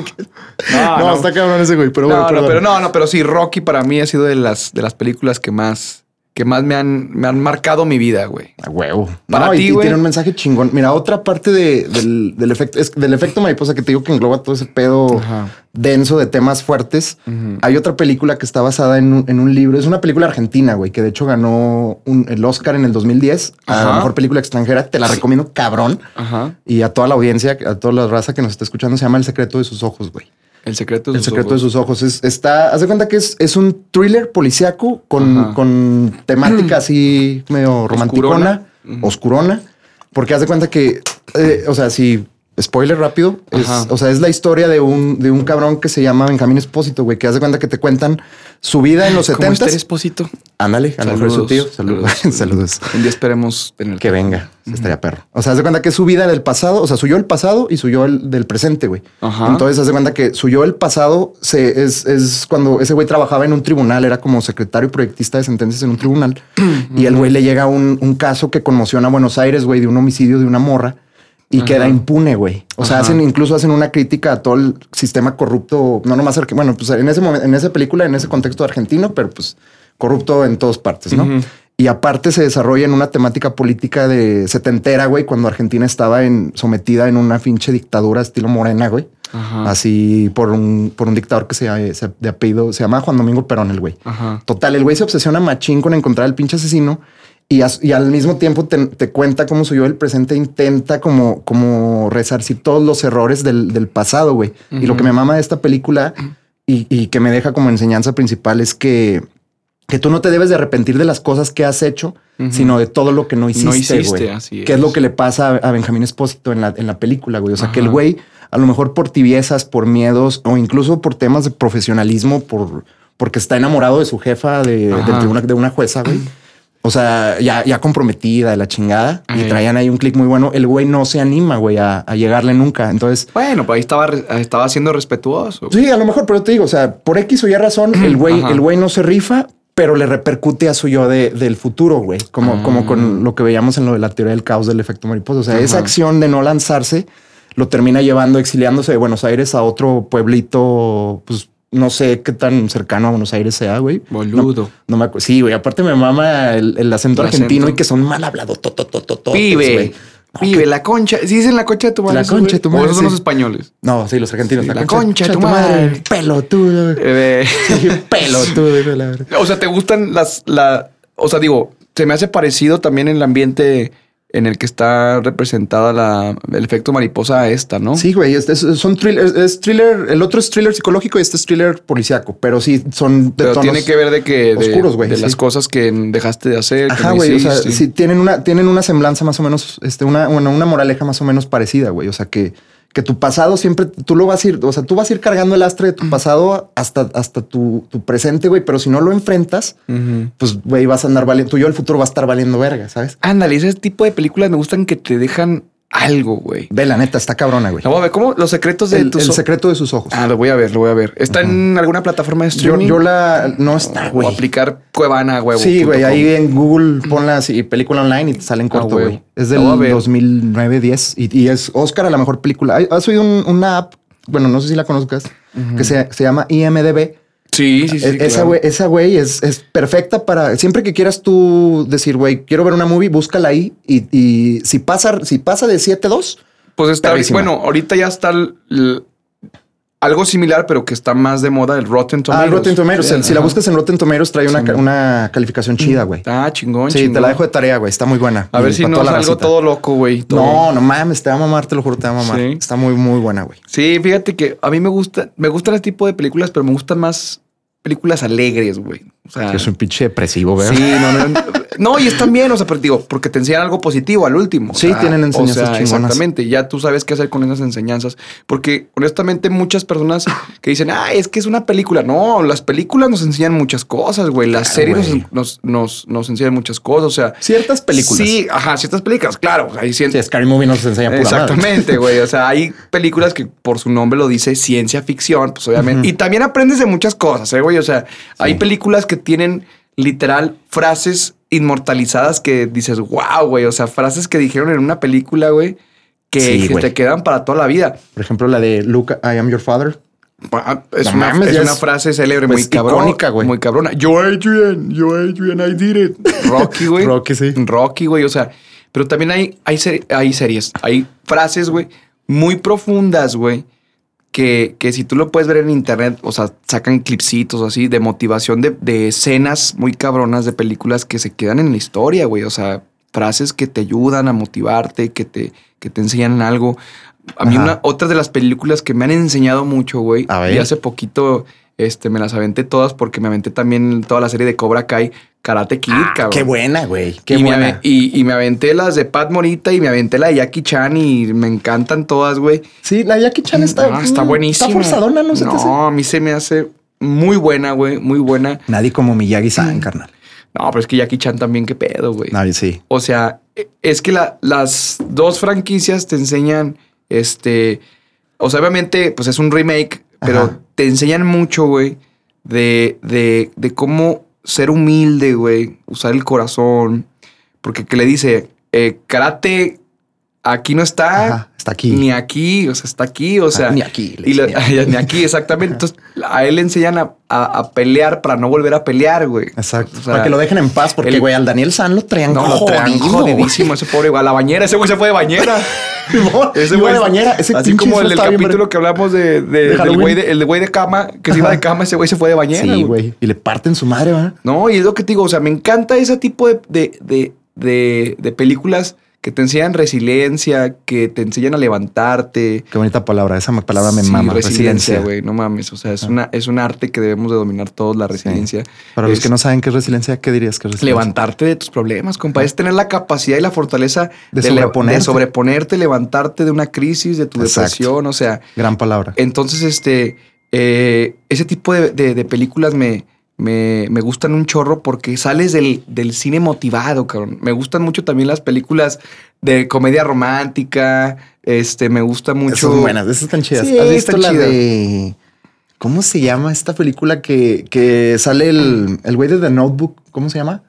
S1: No,
S2: no.
S1: está cabrón ese güey, pero bueno,
S2: no, no,
S1: perdón.
S2: pero no, no, pero sí, Rocky para mí ha sido de las, de las películas que más, que más me han, me han marcado mi vida, güey.
S1: A huevo.
S2: Para
S1: no, y-
S2: ti,
S1: y,
S2: güey.
S1: tiene un mensaje chingón. Mira, otra parte de- del, del efecto, es, del efecto mariposa que te digo que engloba todo ese pedo
S2: Ajá.
S1: denso de temas fuertes. Hay otra película que está basada en un, en un libro. Es una película argentina, güey, que de hecho ganó un- el Oscar en el 2010 a
S2: Ajá.
S1: la mejor película extranjera. Te la recomiendo, cabrón.
S2: Ajá.
S1: Y a toda la audiencia, a toda la raza que nos está escuchando, se llama El secreto de sus ojos, güey.
S2: El secreto de
S1: El
S2: sus
S1: secreto de
S2: ojos.
S1: sus ojos. Es, está, haz de cuenta que es, es un thriller policíaco con,
S2: Ajá.
S1: con temática así medio romanticona, oscurona, porque haz de cuenta que, eh, o sea, si spoiler rápido, es,
S2: Ajá.
S1: o sea, es la historia de un, de un cabrón que se llama Benjamín Espósito, güey, que haz de cuenta que te cuentan su vida en los
S2: Como este
S1: 70s.
S2: esposito.
S1: Ándale, a lo mejor es su tío. Saludos. Saludos.
S2: Un día esperemos tener
S1: Que venga, estaría perro. O sea, haz de cuenta que es su vida del pasado, o sea, su yo del pasado y su yo del, del presente, güey.
S2: Ajá.
S1: Entonces, haz de cuenta que su yo del pasado se, es, es cuando ese güey trabajaba en un tribunal, era como secretario y proyectista de sentencias en un tribunal. y el güey le llega un, un caso que conmociona a Buenos Aires, güey, de un homicidio de una morra. y
S2: Ajá.
S1: queda impune, güey. O sea,
S2: Ajá.
S1: hacen incluso hacen una crítica a todo el sistema corrupto, no nomás, arque- bueno, pues en ese momento, en esa película, en ese contexto argentino, pero pues corrupto en todas partes, ¿no?
S2: Ujú.
S1: Y aparte se desarrolla en una temática política de setentera, güey, cuando Argentina estaba en, sometida en una pinche dictadura estilo morena, güey.
S2: Ajá.
S1: Así por un, por un dictador que se, se- de apellido, se llama Juan Domingo Perón, el güey.
S2: Ajá.
S1: Total, el güey se obsesiona machín con encontrar al pinche asesino y, as- y al mismo tiempo te, te cuenta cómo su yo del presente intenta como, como resarcir todos los errores del, del pasado, güey. Y lo que me mama de esta película y, y que me deja como enseñanza principal es que, que tú no te debes de arrepentir de las cosas que has hecho,
S2: Ujú.
S1: sino de todo lo que no hiciste,
S2: hiciste,
S1: güey.
S2: así
S1: Que es lo
S2: es.
S1: que le pasa a, a Benjamín Espósito en la, en la película, güey. O sea, que el
S2: Ajá.
S1: güey, a lo mejor por tibiezas, por miedos o incluso por temas de profesionalismo, por porque está enamorado de su jefa de, del
S2: Ajá.
S1: tribuna- de una jueza, güey. O sea, ya, ya comprometida de la chingada y
S2: Ay.
S1: traían ahí un clic muy bueno. El güey no se anima, güey, a, a llegarle nunca. Entonces,
S2: Bueno, pues ahí estaba, re- estaba siendo respetuoso.
S1: sí, a lo mejor, pero te digo, o sea, por X o Y razón, el güey,
S2: Ajá.
S1: el güey no se rifa, pero le repercute a su yo de- del futuro, güey, como,
S2: Ah.
S1: como con lo que veíamos en lo de la teoría del caos del efecto mariposa. O sea, esa acción de no lanzarse lo termina llevando, exiliándose de Buenos Aires a otro pueblito, pues no sé qué tan cercano a Buenos Aires sea, güey.
S2: Boludo.
S1: No me acu- Sí, güey. Aparte me mama el, el acento
S2: El
S1: argentino
S2: acento.
S1: y que son mal hablados. totototototes, güey.
S2: Pibe. Pibe, la concha. Sí dicen la concha de tu madre.
S1: La
S2: esos,
S1: concha
S2: güey.
S1: de tu madre,
S2: O esos son
S1: sí.
S2: los españoles.
S1: No, sí, los argentinos.
S2: Sí, la concha de tu madre.
S1: Pelotudo.
S2: Eh,
S1: Sí, Pelotudo. hijo de la verga.
S2: o sea, ¿te gustan las... La, o sea, digo, se me hace parecido también el ambiente en el que está representada la, el efecto mariposa a esta, ¿no?
S1: Sí, güey. este Es, es- son thriller, es, es thriller. El otro es thriller psicológico y este es thriller policiaco. Pero sí, son de
S2: Pero
S1: tonos-
S2: tiene que ver de que... de-
S1: oscuros, güey,
S2: De
S1: sí.
S2: las cosas que dejaste de hacer. que
S1: Ajá,
S2: no
S1: güey. O sea,
S2: hiciste.
S1: sí, tienen una, tienen una semblanza más o menos, este, una, una, una moraleja más o menos parecida, güey. O sea, que, que tu pasado siempre tú lo vas a ir, o sea, tú vas a ir cargando el astre de
S2: Mm.
S1: tu pasado hasta, hasta tu, tu presente, güey. Pero si no lo enfrentas,
S2: Ujú.
S1: pues, güey, vas a andar valiendo. Tú y yo, el futuro va a estar valiendo verga, ¿sabes?
S2: Ándale, ese tipo de películas me gustan que te dejan algo, güey.
S1: Ve, la neta, está cabrona, güey.
S2: La voy a ver, ¿cómo? Los secretos de
S1: El,
S2: tus...
S1: el
S2: o-
S1: secreto de sus ojos.
S2: Ah, lo voy a ver, lo voy a ver. ¿Está en alguna plataforma de
S1: yo,
S2: streaming?
S1: yo la no está,
S2: O
S1: güey.
S2: aplicar Cuevana, huevo.
S1: Sí, güey,
S2: punto com.
S1: ahí en Google ponla así, película online y te sale en corto,
S2: Ah, güey.
S1: güey. es
S2: La voy a
S1: del
S2: ver.
S1: 2009, 10 y, y es Oscar a la mejor película. Hay- ¿Has oído un- una app? Bueno, no sé si la conozcas, que se, se llama IMDB.
S2: Sí, sí, sí.
S1: Es- E-, esa,
S2: claro.
S1: güey, esa güey es, es perfecta para siempre que quieras tú decir, güey, quiero ver una movie, búscala ahí y, y si pasa, si pasa de 7-2,
S2: Pues está.
S1: perrísima.
S2: Bueno, ahorita ya está el- el- algo similar, pero que está más de moda, el Rotten
S1: ah,
S2: Tomatoes.
S1: Rotten Tomatoes.
S2: Sí,
S1: si la
S2: ajá.
S1: buscas en Rotten Tomatoes, trae una,
S2: Sí.
S1: ca- una calificación chida, güey.
S2: Ah, chingón,
S1: Sí,
S2: chingón.
S1: te la dejo de tarea, güey. Está muy buena.
S2: A ver
S1: Y
S2: si
S1: para
S2: no
S1: toda la
S2: salgo
S1: racita.
S2: todo loco, güey. todo.
S1: No, no mames, te va a mamar, te lo juro, te va a mamar.
S2: Sí.
S1: Está muy, muy buena, güey.
S2: Sí, fíjate que a mí me gusta, me gustan ese tipo de películas, pero me gustan más películas alegres, güey. O sea,
S1: Es un pinche depresivo, ¿verdad?
S2: Sí, no, no, no. No, y están bien, o sea, pero digo, porque te enseñan algo positivo al último.
S1: Sí,
S2: O sea,
S1: tienen enseñanzas
S2: o sea,
S1: chingonas.
S2: Exactamente, ya tú sabes qué hacer con esas enseñanzas. Porque honestamente muchas personas que dicen, ah, es que es una película. No, las películas nos enseñan muchas cosas, güey. Las
S1: Claro,
S2: series
S1: güey.
S2: nos, nos, nos, nos enseñan muchas cosas, o sea...
S1: Ciertas películas.
S2: Sí, ajá, ciertas películas, claro. o sea, ahí siento-
S1: Sí, Scary Movie nos enseña pura madre.
S2: Exactamente, güey. O sea, hay películas que por su nombre lo dice ciencia ficción, pues obviamente. Y también aprendes de muchas cosas, ¿eh, güey. O sea, hay películas que tienen literal frases inmortalizadas que dices, wow, güey. O sea, frases que dijeron en una película, güey, que,
S1: Sí,
S2: que
S1: güey.
S2: te quedan para toda la vida.
S1: Por ejemplo, la de Luke, I am your father.
S2: Ah, Es,
S1: No
S2: una,
S1: mames,
S2: es
S1: ya
S2: una
S1: es,
S2: frase célebre
S1: pues,
S2: muy cabrona.
S1: icónica, güey.
S2: Muy cabrona. Yo, Adrian, yo, Adrian, I did it. Rocky, güey.
S1: Rocky, sí.
S2: Rocky, güey. O sea, pero también hay, hay, se- hay series, hay frases, güey, muy profundas, güey, que, que si tú lo puedes ver en internet, o sea, sacan clipsitos así de motivación de, de escenas muy cabronas de películas que se quedan en la historia, güey. O sea, frases que te ayudan a motivarte, que te, que te enseñan algo. A mí,
S1: Ajá.
S2: una, otra de las películas que me han enseñado mucho, güey,
S1: A ver.
S2: y hace poquito este, me las aventé todas porque me aventé también toda la serie de Cobra Kai, Karate Kid, cabrón.
S1: Ah, Qué buena, güey. Qué
S2: y Me, ave-
S1: buena.
S2: y, y me aventé las de Pat Morita y me aventé la de Jackie Chan y me encantan todas, güey.
S1: Sí, la Jackie Chan está, mm,
S2: Ah, está buenísima.
S1: Está forzadona, no sé.
S2: No, a mí se me hace muy buena, güey, muy buena.
S1: Nadie como Miyagi-san, carnal.
S2: No, pero es que Jackie Chan también, qué pedo, güey.
S1: Nadie, sí.
S2: O sea, e- es que la- las dos franquicias te enseñan, este, o sea, obviamente, pues es un remake, pero
S1: Ajá.
S2: te enseñan mucho, güey, de, de, de cómo ser humilde, güey, usar el corazón, porque que le dice, eh, karate aquí no está.
S1: Ajá, está aquí.
S2: Ni aquí, o sea, está aquí, o sea.
S1: ni aquí, le
S2: y la-
S1: dicen, ni aquí.
S2: ni aquí, exactamente. Entonces, a él le enseñan a, a- a pelear para no volver a pelear, güey.
S1: Exacto.
S2: O sea,
S1: para que lo dejen en paz, porque,
S2: el-
S1: güey, al Daniel San lo traían
S2: No, lo traen
S1: jodido, güey.
S2: jodidísimo ese pobre güey. A la bañera, ese güey se fue de bañera.
S1: Ese güey de bañera, ese
S2: así
S1: pinche
S2: como
S1: disfraz
S2: el del
S1: estaba bien
S2: capítulo
S1: verga.
S2: que hablamos de, de-
S1: De
S2: del
S1: Halloween.
S2: güey de, el de güey de cama, que se iba de cama, ese güey se fue de bañera.
S1: Sí, güey. Y le parten su madre, ¿verdad?
S2: No, y es lo que te digo, o sea, me encanta ese tipo de, de, de, de- de películas que te enseñan resiliencia, que te enseñan a levantarte.
S1: Qué bonita palabra. Esa palabra me
S2: Sí,
S1: mama.
S2: resiliencia,
S1: Resiliencia.
S2: güey, no mames, o sea, es, una, es un arte que debemos de dominar todos, la resiliencia.
S1: Para los
S2: Es-
S1: que no saben qué es resiliencia, ¿qué dirías que es resiliencia?
S2: levantarte de tus problemas, compa. Es tener la capacidad y la fortaleza
S1: De
S2: le-
S1: sobreponerte.
S2: de sobreponerte, levantarte de una crisis, de tu
S1: Exacto.
S2: depresión. O sea,
S1: Gran palabra.
S2: entonces, este, eh, ese tipo de, de- de películas me, me, me gustan un chorro porque sales del, del cine motivado, cabrón. Me gustan mucho también las películas de comedia romántica. Este, me gusta mucho.
S1: Esas son buenas, esas están chidas.
S2: Sí,
S1: ¿Has visto
S2: están
S1: la
S2: chidas.
S1: de. ¿Cómo se llama esta película que, que sale el el güey de The Notebook? ¿Cómo se llama?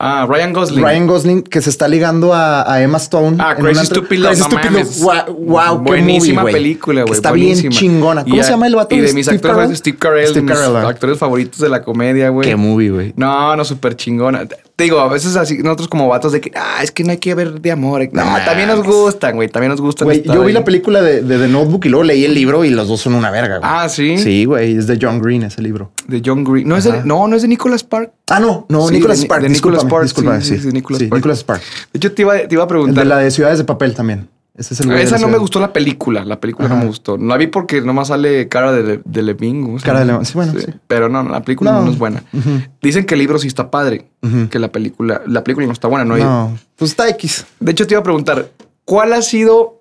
S2: Ah, Ryan Gosling.
S1: Ryan Gosling que se está ligando a, a Emma Stone.
S2: Ah,
S1: en
S2: Crazy
S1: un antro.
S2: Stupid Love,
S1: Crazy
S2: no
S1: Stupid
S2: mames.
S1: Love. Wow, wow, qué
S2: buenísima
S1: movie, güey.
S2: película, güey.
S1: Está
S2: buenísima.
S1: bien chingona. ¿Cómo
S2: Y
S1: se
S2: a-
S1: llama el vato?
S2: Y de mis actores
S1: Carell?
S2: favoritos, Steve Carell,
S1: Steve
S2: mis
S1: Carell.
S2: actores favoritos de la comedia, güey.
S1: Qué movie, güey.
S2: No, no, súper chingona. Te digo, a veces así, nosotros como vatos de que, ah, es que no hay que ver de amor. No,
S1: No
S2: también nos
S1: mames.
S2: gustan, güey, también nos gustan.
S1: Güey,
S2: estar
S1: yo vi
S2: ahí.
S1: la película de, de The Notebook y luego leí el libro y los dos son una verga, güey.
S2: Ah, ¿sí?
S1: Sí, güey. Es de John Green ese libro.
S2: De John Green. No, es de,
S1: Ajá.
S2: no, no es de Nicholas Park.
S1: Ah, no, no,
S2: Sí,
S1: Nicholas
S2: de-
S1: Sparks.
S2: de Nicholas Sparks,
S1: Disculpa,
S2: sí, sí,
S1: sí,
S2: sí, de Nicholas
S1: Sí,
S2: Sparks.
S1: Nicholas Sparks.
S2: De hecho, te iba, te iba a
S1: El
S2: preguntar.
S1: de la de Ciudades de Papel también. Ese es el güey de
S2: Esa
S1: la
S2: no me
S1: ciudad-
S2: gustó la película. La película no
S1: Ajá.
S2: me gustó. La vi porque nomás sale cara de, Le- de Levine. ¿cómo se
S1: Cara de
S2: llama?
S1: Levine, sí, bueno, sí.
S2: Pero no, la película no,
S1: No.
S2: es buena.
S1: Ujú.
S2: Dicen que el libro sí está padre,
S1: Ujú.
S2: que la película, la película no está buena, ¿no? hay-
S1: No, pues está X.
S2: De hecho, te iba a preguntar, ¿cuál ha sido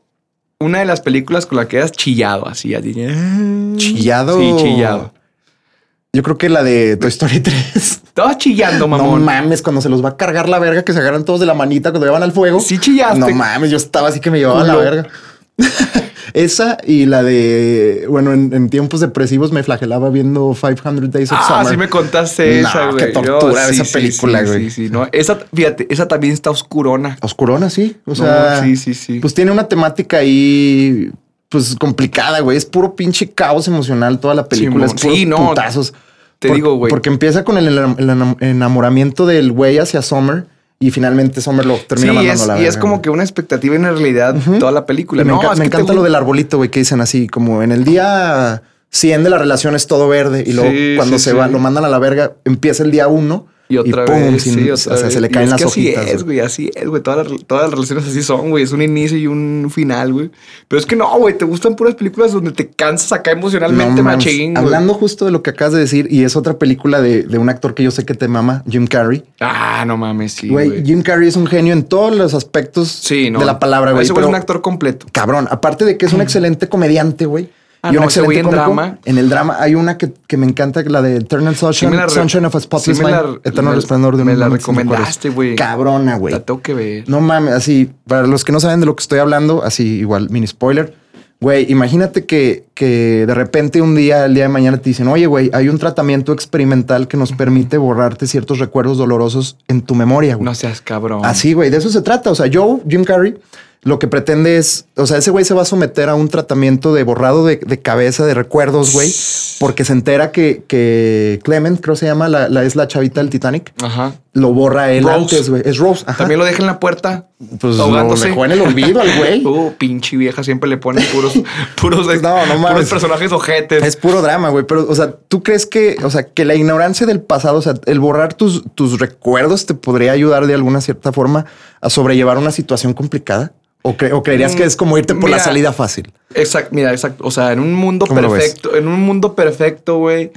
S2: una de las películas con la que has chillado así? así?
S1: Mm. Chillado.
S2: Mm. Sí, chillado.
S1: Yo creo que la de Toy Story 3.
S2: Estabas
S1: No
S2: chillando, mamón.
S1: mames, cuando se los va a cargar la verga que se agarran todos de la manita cuando llevan al fuego.
S2: Sí chillaste.
S1: No mames, yo estaba así que me llevaba a la
S2: Culo.
S1: verga. Esa y la de, bueno, en, en tiempos depresivos me flagelaba viendo 500 Days of
S2: Ah,
S1: Summer.
S2: sí me contaste
S1: No,
S2: esa,
S1: qué
S2: güey. Oh,
S1: tortura esa película,
S2: sí,
S1: güey.
S2: Sí, sí, no. Esa, fíjate, esa también está oscurona.
S1: Oscurona, sí. O
S2: No,
S1: sea,
S2: sí, sí, sí.
S1: pues tiene una temática ahí, pues complicada, güey. Es puro pinche caos emocional toda la película.
S2: Simón.
S1: es puros
S2: Sí, no,
S1: putazos.
S2: te
S1: Por-
S2: digo, güey.
S1: Porque empieza con el, enam- el enam- enamoramiento del güey hacia Summer y finalmente Summer lo termina
S2: sí,
S1: mandando
S2: es,
S1: a la
S2: y
S1: verga,
S2: es como
S1: güey.
S2: que una expectativa y una realidad toda la película.
S1: Y me,
S2: no,
S1: enca-
S2: es
S1: me
S2: que te
S1: encanta lo
S2: gu-
S1: del arbolito, güey, que dicen así, como en el día 100 de la relación es todo verde y luego
S2: Sí,
S1: cuando
S2: sí,
S1: se
S2: sí.
S1: va, lo mandan a la verga, empieza el día uno
S2: Y otra
S1: pum,
S2: vez,
S1: sin-
S2: sí, otra
S1: o sea,
S2: vez.
S1: se le
S2: Y
S1: caen
S2: es
S1: las
S2: que
S1: hojitas.
S2: Así es, güey, así es, güey. Todas las, todas las relaciones así son, güey. Es un inicio y un final, güey. Pero es que no, güey, te gustan puras películas donde te cansas acá emocionalmente,
S1: No mames.
S2: machín. güey.
S1: Hablando justo de lo que acabas de decir, y es otra película de, de un actor que yo sé que te mama, Jim Carrey.
S2: Ah, no mames, sí,
S1: Güey,
S2: güey.
S1: Jim Carrey es un genio en todos los aspectos
S2: Sí, no. Ah,
S1: de la palabra, güey.
S2: Ese güey es
S1: pero-
S2: un actor completo.
S1: Cabrón, aparte de que es un excelente comediante, güey.
S2: Mm. Ah,
S1: y un
S2: no, ese güey
S1: excelente
S2: en
S1: cómico.
S2: drama.
S1: En el drama hay una que, que me encanta, la de Eternal Sunshine,
S2: Sí me la re-
S1: Sunshine of a Spotless
S2: sí me la-
S1: Mind. Eterno
S2: me-
S1: Resplandor de un
S2: me la
S1: Momento sin
S2: recomendaste,
S1: Recuerdos.
S2: güey.
S1: Cabrona, güey.
S2: La tengo que ver.
S1: No mames, así, para los que no saben de lo que estoy hablando, así igual, mini spoiler. Güey, imagínate que, que de repente un día, el día de mañana, te dicen, oye, güey, hay un tratamiento experimental que nos permite borrarte ciertos recuerdos dolorosos en tu memoria, güey. Ah,
S2: No seas cabrón.
S1: Así, güey, de eso se trata. O sea, Joe, Jim Carrey, lo que pretende es, o sea, ese güey se va a someter a un tratamiento de borrado de, de cabeza, de recuerdos, güey, porque se entera que, que Clement, creo se llama, la, la- es la chavita del Titanic,
S2: Ajá.
S1: lo borra él
S2: Rose.
S1: antes, güey. Es Rose. Ajá.
S2: También lo deja en la puerta.
S1: Pues lo
S2: ahogándose.
S1: dejó en el olvido al güey.
S2: Uh, pinche vieja, siempre le ponen puros, puros,
S1: No, no
S2: puros
S1: mames.
S2: personajes ojetes.
S1: Es puro drama, güey. Pero, o sea, ¿tú crees que, o sea, que la ignorancia del pasado, o sea, el borrar tus, tus recuerdos te podría ayudar de alguna cierta forma a sobrellevar una situación complicada? ¿O, cre- o creerías que es como irte por
S2: Mira,
S1: la salida fácil?
S2: Exacto, mira, exacto. O sea, en un mundo
S1: ¿Cómo lo ves?
S2: perfecto, en un mundo perfecto, güey.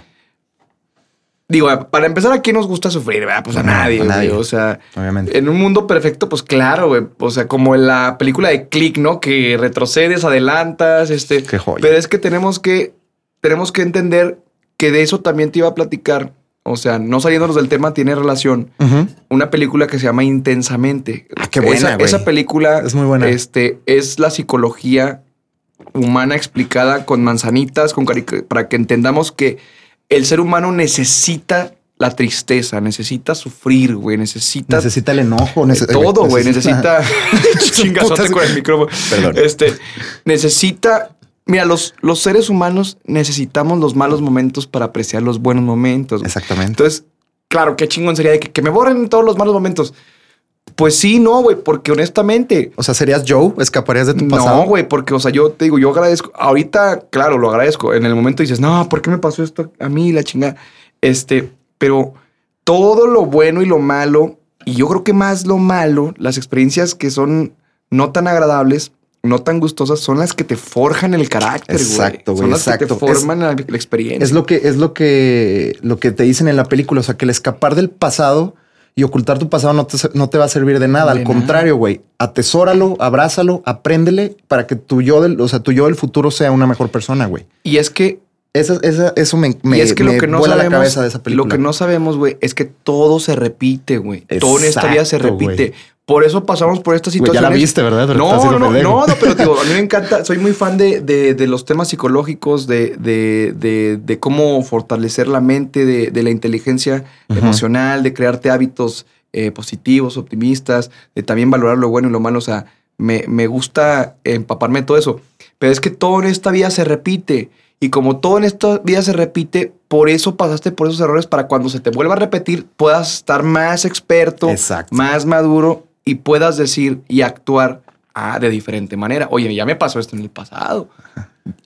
S2: Digo, para empezar, ¿a quién nos gusta sufrir? verdad? Pues a
S1: No,
S2: nadie,
S1: a nadie.
S2: güey. O sea,
S1: Obviamente.
S2: en un mundo perfecto, pues claro, güey. O sea, como en la película de Click, ¿no? Que retrocedes, adelantas, este.
S1: Qué joya.
S2: Pero es que tenemos que, tenemos que entender que de eso también te iba a platicar. O sea, no saliéndonos del tema, tiene relación.
S1: Ujú.
S2: Una película que se llama Intensamente.
S1: Ah, qué buena,
S2: Esa,
S1: güey.
S2: esa película
S1: Es muy buena.
S2: Este es la psicología humana explicada con manzanitas, con carica- para que entendamos que el ser humano necesita la tristeza, necesita sufrir, güey, necesita...
S1: Necesita el enojo.
S2: eh,
S1: nece-
S2: todo, güey, necesita... Chingazote
S1: Putas.
S2: con el micrófono.
S1: Perdón.
S2: Este, necesita... Mira, los, los seres humanos necesitamos los malos momentos para apreciar los buenos momentos. güey.
S1: Exactamente.
S2: Entonces, claro, qué chingón sería de que, que me borren todos los malos momentos. Pues sí, no, güey, porque honestamente,
S1: O sea, serías Joe, escaparías de tu pasado.
S2: no, güey, porque, o sea, yo te digo, yo agradezco. Ahorita, claro, lo agradezco. En el momento dices, no, ¿por qué me pasó esto a mí, la chingada? Este, pero todo lo bueno y lo malo, y yo creo que más lo malo, las experiencias que son no tan agradables, no tan gustosas, son las que te forjan el carácter, güey.
S1: Exacto, güey,
S2: Son las que te
S1: exacto.
S2: forman la, la experiencia.
S1: Es lo que es lo que lo que te dicen en la película, o sea, que el escapar del pasado y ocultar tu pasado no te, no te va a servir de nada,
S2: De
S1: al
S2: nada.
S1: contrario, güey, atesóralo, abrázalo, apréndele para que tu yo del, o sea, tu yo del futuro sea una mejor persona, güey.
S2: y es que
S1: Esa, esa- eso me, me,
S2: y es que lo
S1: me
S2: que no
S1: vuela
S2: sabemos,
S1: la cabeza de esa película.
S2: Lo que no sabemos, güey, es que todo se repite, güey. Todo en esta
S1: Exacto,
S2: vida se repite.
S1: güey.
S2: Por eso pasamos por estas
S1: Güey, ya
S2: situaciones.
S1: la viste, ¿verdad? Pero estás
S2: No, no,
S1: haciendo
S2: no,
S1: pendejo.
S2: no, no, pero digo, a mí me encanta, soy muy fan de, de- de los temas psicológicos, de, de- de- de cómo fortalecer la mente, de, de la inteligencia
S1: Ujú.
S2: emocional, de crearte hábitos eh, positivos, optimistas, de también valorar lo bueno y lo malo. O sea, me, me gusta empaparme de todo eso. Pero es que todo en esta vida se repite. Y como todo en esta vida se repite, por eso pasaste por esos errores para cuando se te vuelva a repetir puedas estar más experto,
S1: Exacto.
S2: más maduro y puedas decir y actuar ah, de diferente manera. Oye, ya me pasó esto en el pasado.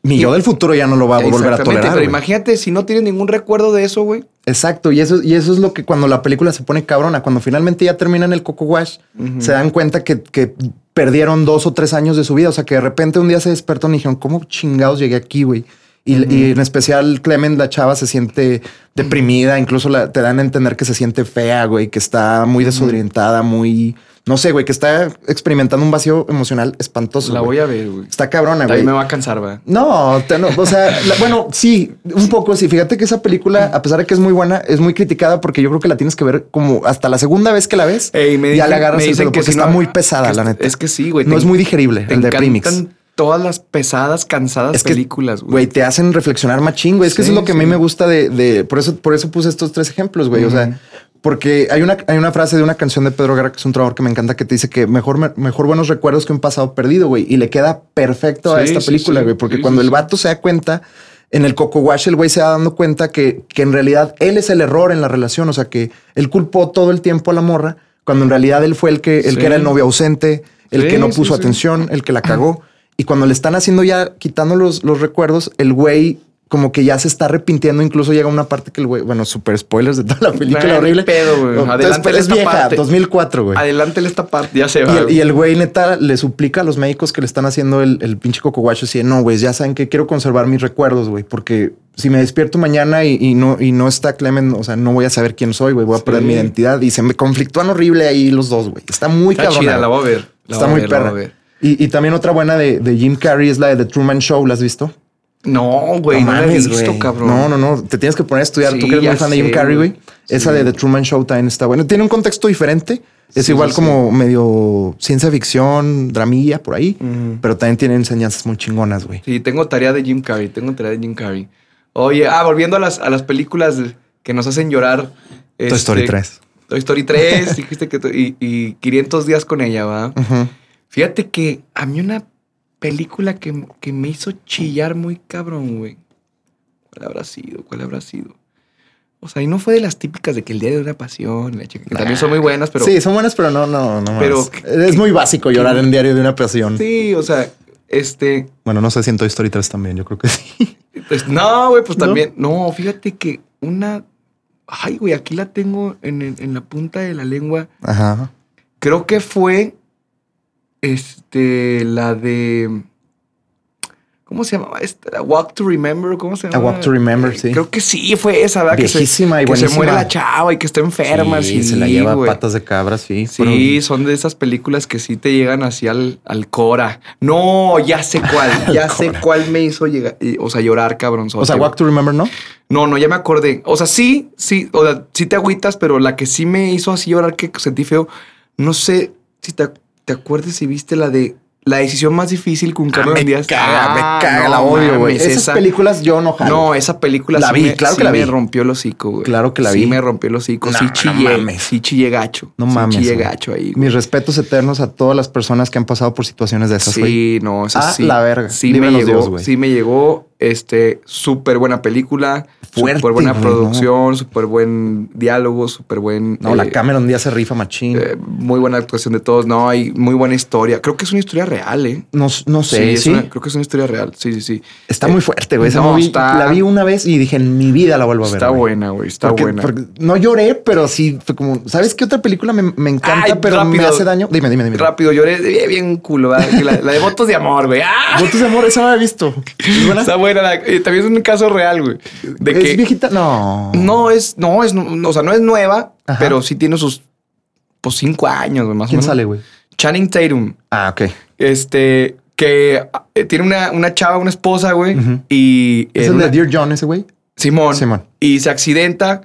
S1: Mi yo del futuro ya no lo va a volver a
S2: Exactamente,
S1: tolerar.
S2: Pero
S1: güey.
S2: imagínate si no tienes ningún recuerdo de eso, güey.
S1: Exacto, y eso, y eso es lo que cuando la película se pone cabrona, cuando finalmente ya terminan el Coco Wash,
S2: Ujú.
S1: se dan cuenta que, que perdieron dos o tres años de su vida. O sea, que de repente un día se despertó y dijeron, ¿cómo chingados llegué aquí, güey? Y, y en especial Clement, la chava, se siente deprimida, incluso la- te dan a entender que se siente fea, güey, que está muy desorientada, muy... No sé, güey, que está experimentando un vacío emocional espantoso.
S2: La
S1: güey.
S2: voy a ver, güey.
S1: Está cabrona, güey.
S2: Ahí me va a cansar, ¿verdad?
S1: No, te- no, o sea, la- bueno, sí, un poco sí. Fíjate que esa película, a pesar de que es muy buena, es muy criticada porque yo creo que la tienes que ver como hasta la segunda vez que la ves.
S2: Ey, me
S1: ya
S2: dicen-
S1: le agarras
S2: me
S1: el
S2: dicen
S1: pedo
S2: que
S1: porque
S2: si
S1: está
S2: no-
S1: muy pesada,
S2: que
S1: la
S2: es-
S1: neta.
S2: es que sí, güey,
S1: No
S2: te-
S1: es muy digerible
S2: Te
S1: el de Primix.
S2: encantan todas las pesadas, cansadas
S1: Es que,
S2: películas,
S1: Güey, te hacen reflexionar machín, güey. Es que
S2: Sí,
S1: eso es lo que a mí
S2: sí.
S1: me gusta de, de- por eso, por eso puse estos tres ejemplos, güey. O sea, porque hay una, hay una frase de una canción de Pedro Guerra, que es un trabajador que me encanta, que te dice que mejor, me- mejor buenos recuerdos que un pasado perdido, güey. Y le queda perfecto a
S2: Sí,
S1: esta
S2: sí,
S1: película,
S2: sí.
S1: güey. Porque
S2: Sí,
S1: cuando
S2: sí,
S1: el vato se da cuenta, en el Coco Wash, el güey se va dando cuenta que, que en realidad él es el error en la relación. O sea, que él culpó todo el tiempo a la morra, cuando en realidad él fue el que, el
S2: Sí.
S1: que era el novio ausente, el
S2: Sí,
S1: que no
S2: sí,
S1: puso
S2: sí.
S1: atención atención, el que la cagó. Y cuando le están haciendo ya, quitando los, los recuerdos, el güey como que ya se está arrepintiendo. Incluso llega una parte que el güey, bueno, super spoilers de toda la película
S2: Nah,
S1: horrible.
S2: ni pedo, güey.
S1: Entonces,
S2: Adelántale
S1: pero es
S2: esta
S1: vieja,
S2: parte.
S1: 2004, güey.
S2: Adelántale esta parte, ya se
S1: Y
S2: va.
S1: el,
S2: güey.
S1: y el güey neta le suplica a los médicos que le están haciendo el, el pinche coco guacho así de, no, güey, ya saben que quiero conservar mis recuerdos, güey, porque si me despierto mañana y, y no y no está Clemen, o sea, no voy a saber quién soy, güey, voy a perder
S2: Sí.
S1: mi identidad. Y se me conflictúan horrible ahí los dos, güey. Está muy
S2: Está
S1: cabrona,
S2: chida,
S1: güey.
S2: la voy a ver. la
S1: Está
S2: voy a
S1: muy
S2: ver, la
S1: perra.
S2: voy a ver.
S1: Y, y también otra buena de, de Jim Carrey es la de The Truman Show. ¿La has visto?
S2: No, güey, no, la he
S1: mames,
S2: visto,
S1: güey.
S2: cabrón.
S1: No, no, no. Te tienes que poner a estudiar.
S2: Sí,
S1: Tú que eres
S2: ya
S1: muy fan de Jim
S2: sé,
S1: Carrey,
S2: güey.
S1: güey. Esa
S2: Sí.
S1: de The Truman Show también está buena. Tiene un contexto diferente. Es
S2: Sí,
S1: igual
S2: sí, Mm.
S1: como medio ciencia ficción, dramilla por ahí,
S2: Ujú.
S1: pero también tiene enseñanzas muy chingonas, güey.
S2: Sí, tengo tarea de Jim Carrey, tengo tarea de Jim Carrey. Oye, ah, volviendo a las, a las películas que nos hacen llorar. Este,
S1: Toy Story 3.
S2: Toy Story 3, dijiste que... to- Y, y 500 días con ella, ¿va?
S1: Ujú.
S2: Fíjate que a mí una película que, que me hizo chillar muy cabrón, güey. ¿Cuál habrá sido? ¿Cuál habrá sido? O sea, y no fue de las típicas de que el día de una pasión, la chica, que también son muy buenas, pero...
S1: sí, son buenas, pero no, no, no.
S2: Pero-
S1: Pero es muy básico llorar en diario de una pasión.
S2: Sí, o sea, este...
S1: Bueno, no sé si en Toy Story 3 también. Yo creo que sí.
S2: Pues, no, güey, pues
S1: ¿No?
S2: también. No, fíjate que una. Ay, güey, aquí la tengo en, el- en la punta de la lengua.
S1: Ajá.
S2: Creo que fue. Este. La de. ¿Cómo se llamaba esta? A Walk to Remember. ¿Cómo se
S1: A
S2: llamaba?
S1: Walk to Remember, sí.
S2: Creo que sí, fue esa, ¿verdad? Que se-
S1: Viejísima y
S2: que se,
S1: buenísima.
S2: muere la chava y que está enferma. Sí,
S1: se la lleva
S2: güey.
S1: patas de cabra, sí.
S2: Sí, son de esas películas que sí te llegan así al, al Cora. No, ya sé cuál, ya sé
S1: Cora.
S2: cuál me hizo llegar, y- o sea, llorar, cabrón.
S1: o sea, Walk to Remember, ¿no?
S2: No, no, ya me acordé. O sea, sí, sí, o sea, sí te agüitas, pero la que sí me hizo así llorar que sentí feo, no sé si te, te acuerdas si viste la de La decisión más difícil con Carlos
S1: Ah, me
S2: Díaz. Ah,
S1: caga, me caga, la
S2: no
S1: odio, güey.
S2: mames,
S1: Ah, Esas
S2: esa-
S1: películas yo no jalo.
S2: No, esa película
S1: La
S2: sí
S1: vi,
S2: me,
S1: claro
S2: sí
S1: que la
S2: me
S1: vi.
S2: rompió el hocico, güey.
S1: Claro que la vi.
S2: Sí me rompió el hocico.
S1: No,
S2: sí
S1: no
S2: chillé.
S1: mames.
S2: sí chillé gacho.
S1: No
S2: sí
S1: mames,
S2: chillé
S1: güey.
S2: gacho ahí. güey.
S1: Mis respetos eternos a todas las personas que han pasado por situaciones de esas, güey.
S2: Sí, no, esa
S1: Ah,
S2: sí.
S1: la verga.
S2: Sí me
S1: Líbranos
S2: llegó.
S1: Dios, güey.
S2: sí me llegó. Este, súper buena película.
S1: Fuerte,
S2: Súper buena
S1: güey, no.
S2: producción, súper buen diálogo, súper buen.
S1: No, la
S2: eh,
S1: Cameron Díaz se rifa machín.
S2: eh, muy buena actuación de todos. No, hay muy buena historia. Creo que es una historia real, ¿eh?
S1: no, no sé,
S2: es
S1: sí.
S2: una- creo que es una historia real. Sí, sí, sí.
S1: Está muy fuerte, güey. Esa
S2: no,
S1: movie
S2: está-
S1: la vi una vez y dije, en mi vida la vuelvo a ver.
S2: Está
S1: güey.
S2: buena, güey. Está
S1: Porque-
S2: buena.
S1: porque no lloré, pero sí fue como, ¿sabes qué otra película me, me encanta,
S2: Ay,
S1: pero me
S2: rápido.
S1: hace daño? Dime, dime, dime.
S2: Rápido, lloré bien, bien culo. ¿verdad? Que La, la de votos de amor, güey. ¡Ah!
S1: Votos de amor, esa no la he visto. ¿Es buena?
S2: Está buena. la- eh, también es un caso real, güey. De
S1: ¿Es
S2: que
S1: viejita? No.
S2: no es, no es, no, o sea, no es nueva,
S1: Oh. Ajá.
S2: pero sí tiene sus pues, cinco años, güey, más
S1: ¿Quién
S2: o menos.
S1: sale, güey?
S2: Channing Tatum.
S1: Ah, ok.
S2: Este, que eh, tiene una, una chava, una esposa, güey.
S1: Ujú.
S2: Y.
S1: ¿Es
S2: en
S1: el
S2: una-
S1: de Dear John ese, güey?
S2: Simón.
S1: Simón.
S2: Y se accidenta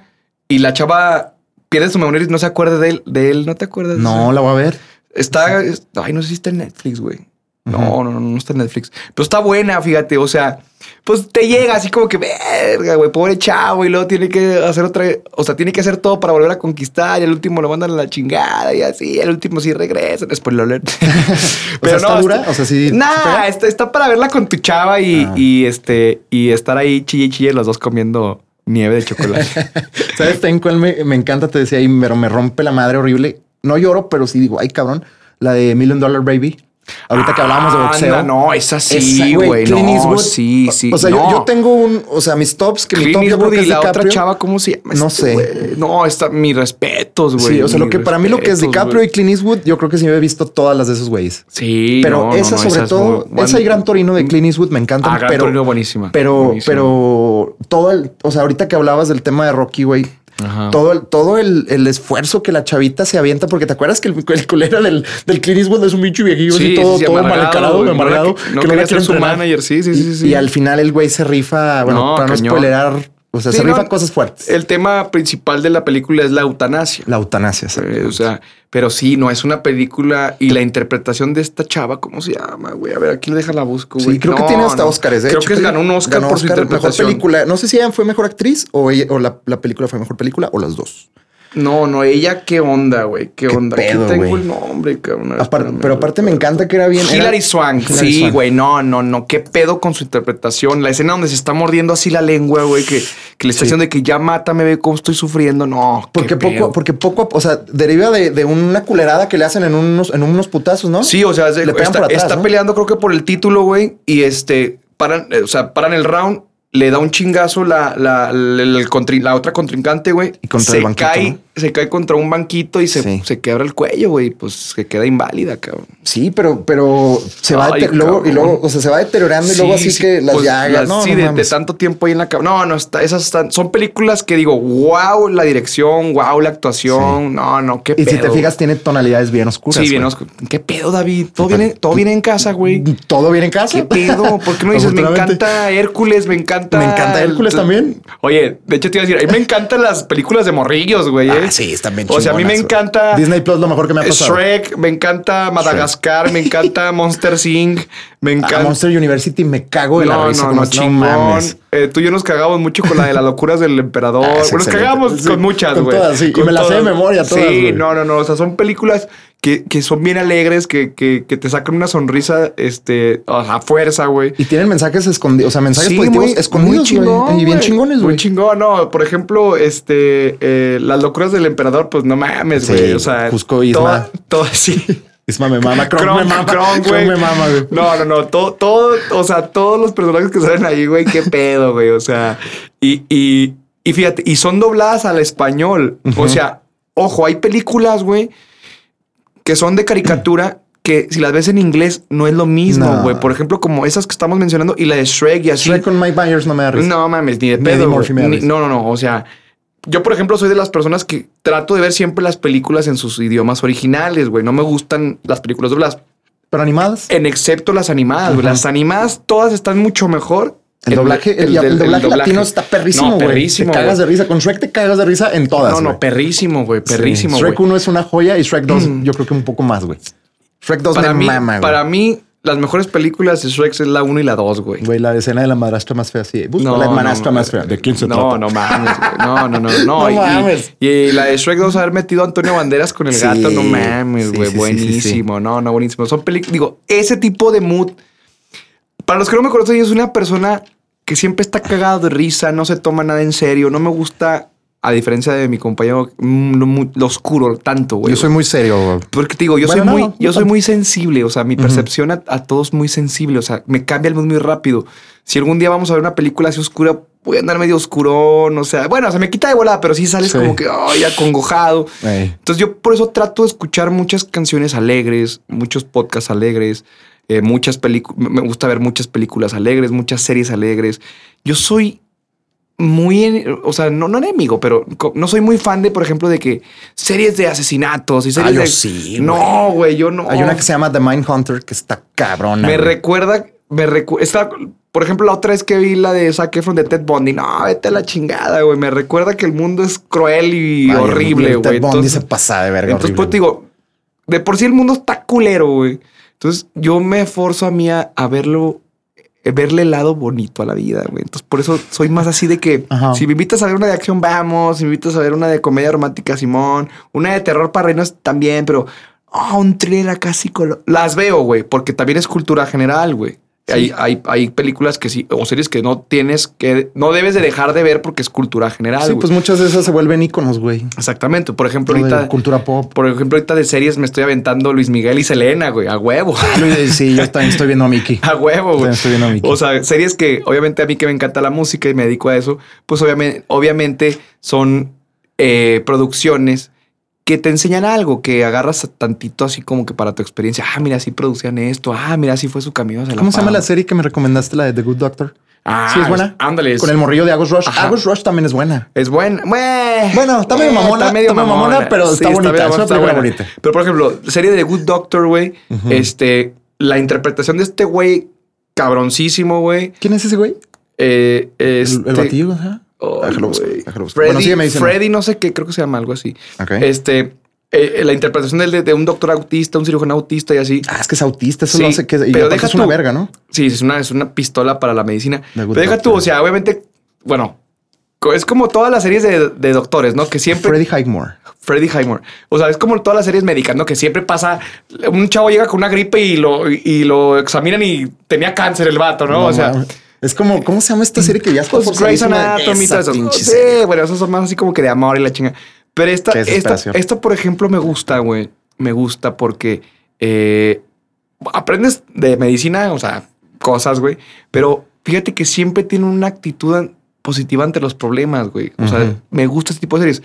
S2: y la chava pierde su memoria y no se acuerda de él. De él. ¿No te acuerdas? de
S1: No,
S2: eso?
S1: la voy a ver.
S2: Está. es- Ay, no sé si está en Netflix, güey. No,
S1: Ujú.
S2: no, no, no está en Netflix. Pero está buena, fíjate. O sea, pues te llega así como que, verga, güey, pobre chavo. Y luego tiene que hacer otra. O sea, tiene que hacer todo para volver a conquistar. Y al último lo mandan a la chingada. Y así, al último sí regresan. Spoiler alert.
S1: sea, ¿está dura? O sea, sí- ¿sí
S2: Nah,
S1: pega?
S2: está, está para verla con tu chava y,
S1: Ah.
S2: y este. Y estar ahí chille y chille los dos comiendo nieve de chocolate.
S1: ¿Sabes también cuál me, me encanta? Te decía, y me, me rompe la madre horrible. No lloro, pero sí digo, ay, cabrón, la de Million Dollar Baby. Ahorita que hablábamos de
S2: Anda,
S1: boxeo.
S2: no, esa sí,
S1: Esa,
S2: güey.
S1: Clint
S2: No,
S1: Eastwood.
S2: sí, sí.
S1: O sea, yo-
S2: no.
S1: yo, tengo un, o sea, mis tops, que mi
S2: Clint
S1: top yo creo
S2: Eastwood
S1: que
S2: y
S1: es
S2: la otra
S1: DiCaprio.
S2: chava, ¿cómo se llama? este
S1: No sé.
S2: güey? No, está mis respetos, güey.
S1: Sí, o sea, lo
S2: mis
S1: que para mí lo que es
S2: respetos,
S1: DiCaprio
S2: güey.
S1: y Clint Eastwood, yo creo que sí me he visto todas las de esos güeyes.
S2: Sí,
S1: Pero
S2: no, no,
S1: esa
S2: no,
S1: sobre
S2: es
S1: todo,
S2: muy-
S1: esa y Gran Torino de Clint Eastwood me encantan,
S2: Ah, Gran
S1: pero
S2: Torino, buenísima.
S1: pero
S2: buenísima.
S1: pero todo el, o sea, ahorita que hablabas del tema de Rocky, güey,
S2: Ajá.
S1: todo el todo el, el esfuerzo que la chavita se avienta porque te acuerdas que el, el culero del del Clint Eastwood es un bicho viejillo así todo todo mal encarado,
S2: güey, no
S1: amargado,
S2: era que- No
S1: que
S2: quería
S1: la
S2: ser
S1: quiere
S2: su
S1: entrenar.
S2: manager, sí, sí,
S1: Y,
S2: sí. sí.
S1: y al final el güey se rifa, bueno,
S2: No,
S1: para no
S2: cañón.
S1: spoilerar, o sea,
S2: Sí,
S1: se
S2: no,
S1: rifa cosas fuertes.
S2: El tema principal de la película es la eutanasia.
S1: la eutanasia.
S2: Eh, O sea, pero sí, no es una película y la interpretación de esta chava, ¿cómo se llama, güey? A ver, aquí deja la busco, güey.
S1: Sí, creo que
S2: No,
S1: tiene hasta
S2: no.
S1: Óscares. ¿eh?
S2: Creo que
S1: Chécale.
S2: ganó un Óscar por su
S1: Óscar,
S2: interpretación.
S1: Mejor película. No sé si ella fue mejor actriz o, ella- o la, la película fue mejor película o las dos.
S2: No, no, ella, qué onda, güey, qué,
S1: ¿Qué
S2: onda.
S1: pedo,
S2: Aquí tengo
S1: güey?
S2: el nombre, cabrón. A ver,
S1: Apar-
S2: espérame,
S1: pero aparte me
S2: espérame.
S1: encanta que era bien. era-
S2: Hilary Swank.
S1: Hilary
S2: Sí,
S1: Swank.
S2: güey, no, no, no. Qué pedo con su interpretación. La escena donde se está mordiendo así la lengua, güey, que, que le está diciendo de que ya mátame, ve cómo estoy sufriendo. No, qué
S1: Porque
S2: pedo.
S1: poco, porque poco, o sea, deriva de, de una culerada que le hacen en unos, en unos putazos, ¿no?
S2: Sí, o sea, se-
S1: Le pegan
S2: está,
S1: por atrás,
S2: está
S1: ¿no?
S2: peleando, creo que por el título, güey. Y este, paran, eh, o sea, paran el round, le da un chingazo la, la, la- el contrin- la otra contrincante, güey.
S1: Y contra
S2: se
S1: el banquito,
S2: Cae,
S1: ¿no?
S2: Se cae contra un banquito y se,
S1: Sí.
S2: se quebra el cuello, güey. Pues se queda inválida, cabrón.
S1: Sí, pero, pero se va
S2: Ay,
S1: deter- luego, y
S2: cabrón.
S1: luego, o sea, se va deteriorando Ah, y luego así
S2: sí,
S1: que las
S2: pues,
S1: llagas.
S2: las-
S1: no,
S2: sí,
S1: no
S2: de- de,
S1: mames.
S2: tanto tiempo ahí en la cama. No, no, está, esas están, son películas que digo, wow, la dirección, wow, la actuación. No, no, qué
S1: y
S2: pedo.
S1: si te fijas, tiene tonalidades bien oscuras.
S2: Sí, bien,
S1: güey.
S2: Oscar. ¿Qué pedo, David? Todo viene, todo viene en casa, güey.
S1: Todo bien en casa.
S2: ¿Qué pedo? ¿Por qué no dices me
S1: Afortunadamente.
S2: encanta Hércules? Me encanta.
S1: Me encanta Hércules también.
S2: Oye, de hecho te iba a decir, a mí me encantan las películas de morrillos, güey. ¿eh?
S1: Ah, sí, están bien
S2: O sea, a mí me
S1: chingonas, güey.
S2: encanta eh,
S1: Disney Plus, lo mejor que me ha pasado.
S2: Shrek, me encanta Madagascar, me encanta Monster Inc., me
S1: A
S2: encanta.
S1: Ah, Monster University me cago de la
S2: no,
S1: risa.
S2: no,
S1: como
S2: no,
S1: es,
S2: chingón.
S1: mames.
S2: Eh, tú y yo nos cagábamos mucho con la de las locuras del emperador.
S1: Ah, es
S2: Bueno, nos
S1: excelente.
S2: cagábamos
S1: Sí,
S2: con muchas,
S1: con
S2: güey.
S1: todas, sí. Y
S2: Con
S1: me las sé de memoria todas,
S2: Sí,
S1: güey.
S2: no, no, no. O sea, son películas que, que son bien alegres, que, que, que te sacan una sonrisa, este, o sea, a fuerza, güey.
S1: Y tienen mensajes escondidos, o sea, mensajes
S2: Sí,
S1: positivos
S2: muy- muy
S1: escondidos,
S2: chingón,
S1: güey. Y bien
S2: güey.
S1: chingones,
S2: Muy
S1: güey.
S2: chingón, no. Por ejemplo, este, eh, las locuras del emperador, pues no mames,
S1: Sí,
S2: güey. o sea,
S1: Cusco Isma.
S2: toda, toda, sí.
S1: Isma me mama, Kron me
S2: Kron,
S1: mama,
S2: Kron,
S1: Kron
S2: güey.
S1: me mama, güey.
S2: No, no, no. Todo, todo, o sea, todos los personajes que salen ahí, güey, qué pedo, güey. O sea, y, y, y fíjate, y son dobladas al español. O sea, ojo, hay películas, güey, que son de caricatura que si las ves en inglés no es lo mismo,
S1: No.
S2: güey. Por ejemplo, como esas que estamos mencionando y la de Shrek y así.
S1: Shrek con Mike Myers no me da risa.
S2: No mames, ni de
S1: Pues, Ni
S2: pedo.
S1: de
S2: güey.
S1: Morphy me da
S2: Ni-
S1: risa.
S2: no, no, no. O sea, yo, por ejemplo, soy de las personas que trato de ver siempre las películas en sus idiomas originales, güey. No me gustan las películas dobladas,
S1: Pero animadas.
S2: en excepto las animadas, güey.
S1: Ajá.
S2: Las animadas todas están mucho mejor.
S1: El, doblaje, el,
S2: del-
S1: el
S2: el
S1: doblaje latino está perrísimo,
S2: No,
S1: güey.
S2: perrísimo.
S1: te cagas
S2: güey.
S1: de risa. Con Shrek te cagas de risa en todas.
S2: No, no,
S1: güey.
S2: perrísimo, güey.
S1: Sí.
S2: Perrísimo, güey. Mm.
S1: Shrek 1 es una joya y Shrek 2, yo creo que un poco más, güey. Shrek 2
S2: para
S1: me
S2: mí,
S1: mama, güey.
S2: para mí, las mejores películas de Shrek es la 1 y la 2, güey.
S3: Güey, la escena de la madrastra más fea, sí. Busca
S2: No,
S3: la
S2: no,
S3: madrastra
S2: no,
S3: más fea.
S4: ¿De quién se
S2: No,
S4: trata?
S2: no mames. güey. No, no, no, no.
S3: No
S2: y,
S3: mames.
S2: Y, y la de Shrek 2 haber metido a Antonio Banderas con el
S3: Sí,
S2: gato, no mames,
S3: sí,
S2: güey.
S3: sí, sí, sí,
S2: buenísimo. No, no, buenísimo. Son películas. Digo, ese tipo de mood. Para los que no me conocen, yo soy una persona que siempre está cagada de risa, no se toma nada en serio. No me gusta, a diferencia de mi compañero, mm, lo, mu- lo oscuro tanto, güey.
S4: Yo soy muy serio. güey.
S2: Porque te digo, yo
S3: Bueno,
S2: soy
S3: no,
S2: muy,
S3: no
S2: yo soy
S3: tanto.
S2: muy sensible. O sea, mi percepción a, a todos muy sensible. O sea, me cambia el mundo muy rápido. Si algún día vamos a ver una película así oscura, voy a andar medio oscurón. O sea, bueno, se me quita de volada, pero sí sales
S3: Sí.
S2: como que ay, acongojado.
S3: Ey.
S2: Entonces, yo por eso trato de escuchar muchas canciones alegres, muchos podcasts alegres, eh, muchas películas. Me gusta ver muchas películas alegres, muchas series alegres. Yo soy muy, en- o sea, no, no enemigo, pero co- no soy muy fan de, por ejemplo, de que series de asesinatos y series
S3: yo
S2: de.
S3: sí,
S2: no, Ah, güey, yo no.
S1: Hay una que se llama The Mind Hunter que está cabrona.
S2: Me
S1: güey.
S2: recuerda, me recuerda. por ejemplo, la otra vez que vi la de Zac Efron de Ted Bundy. No, vete a la chingada, güey. Me recuerda que el mundo es cruel y
S1: Ay,
S2: horrible,
S1: el Ted
S2: güey.
S1: Bundy
S2: Entonces-
S1: se pasa de verga.
S2: entonces,
S1: horrible,
S2: pues te digo, de por sí el mundo está culero, güey. Entonces, yo me esforzo a mí a, a verlo, eh, verle el lado bonito a la vida, güey. Entonces, por eso soy más así de que
S3: Ajá.
S2: si me invitas a ver una de acción, vamos. Si me invitas a ver una de comedia romántica, Simón. Una de terror para reinos también, pero ah, un thriller casi color. Las veo, güey, porque también es cultura general, güey. Hay, hay, hay películas que sí, o series que no tienes que, no debes de dejar de ver porque es cultura general.
S3: Sí,
S2: güey.
S3: pues muchas de esas se vuelven íconos, güey.
S2: Exactamente. Por ejemplo,
S3: Lo de
S2: ahorita.
S3: Cultura pop.
S2: Por ejemplo, ahorita de series me estoy aventando Luis Miguel y Selena, güey, a huevo.
S3: Ah, Sí, yo también estoy viendo a Mickey.
S2: A huevo, Ah, güey.
S3: También estoy viendo a Mickey.
S2: O sea, series que obviamente a mí que me encanta la música y me dedico a eso, pues obviamente, obviamente son eh, producciones que te enseñan algo, que agarras tantito así como que para tu experiencia. Ah, mira, así producían esto. Ah, mira, así fue su camino hacia la
S3: ¿Cómo se llama
S2: fama.
S3: la serie que me recomendaste, la de The Good Doctor?
S2: Ah,
S3: sí, es buena.
S2: Ándale. es-
S3: Con el morrillo de Agus Rush.
S2: Ajá. Eh,
S3: Agus Rush también es buena.
S2: Es buena. Bueno,
S3: Bueno, está medio mamona, está medio mamona, pero está bonita, es una película bonita.
S2: Pero, por ejemplo, serie de The Good Doctor, güey, este, la interpretación de este güey cabroncísimo, güey,
S3: ¿Quién es ese güey?
S2: eh,
S3: El-
S2: este...
S3: El batido, ajá.
S2: Ay,
S1: Ah, Déjalo busco,
S2: güey.
S1: déjalo busco.
S2: Freddy,
S1: Bueno, sígueme diciendo.
S2: Freddy, no sé qué, creo que se llama algo así.
S1: Ok.
S2: Este, eh, la interpretación del de, de un doctor autista, un cirujano autista y así.
S1: Ah, es que es autista, eso
S2: Sí,
S1: lo hace que. Y
S2: pero
S1: aparte
S2: deja
S1: es una
S2: tú.
S1: verga, ¿no?
S2: Sí, es una, es una pistola para la medicina.
S1: The Good
S2: Pero deja tú,
S1: Doctor.
S2: o sea, obviamente, bueno, co- es como todas las series de, de doctores, ¿no? Que siempre
S1: Freddy Highmore.
S2: Freddy Highmore. O sea, es como todas las series médicas, ¿no? Que siempre pasa, un chavo llega con una gripe y lo, y lo examinan y tenía cáncer el vato, ¿no? o sea,
S1: mames. es como, ¿cómo se llama esta serie que ya está
S2: pues Grey's
S1: forzadísima?
S2: Anatomy y
S1: Esa
S2: todo eso.
S1: pinche
S2: Sí,
S1: serie.
S2: bueno, esos son más así como que de amor y la chinga. Pero esta,
S1: Qué
S2: esta,
S1: desesperación.
S2: esta, por ejemplo, me gusta, güey. Me gusta porque eh, aprendes de medicina, o sea, cosas, güey. Pero fíjate que siempre tiene una actitud an- positiva ante los problemas, güey. O sea, me gusta este tipo de series.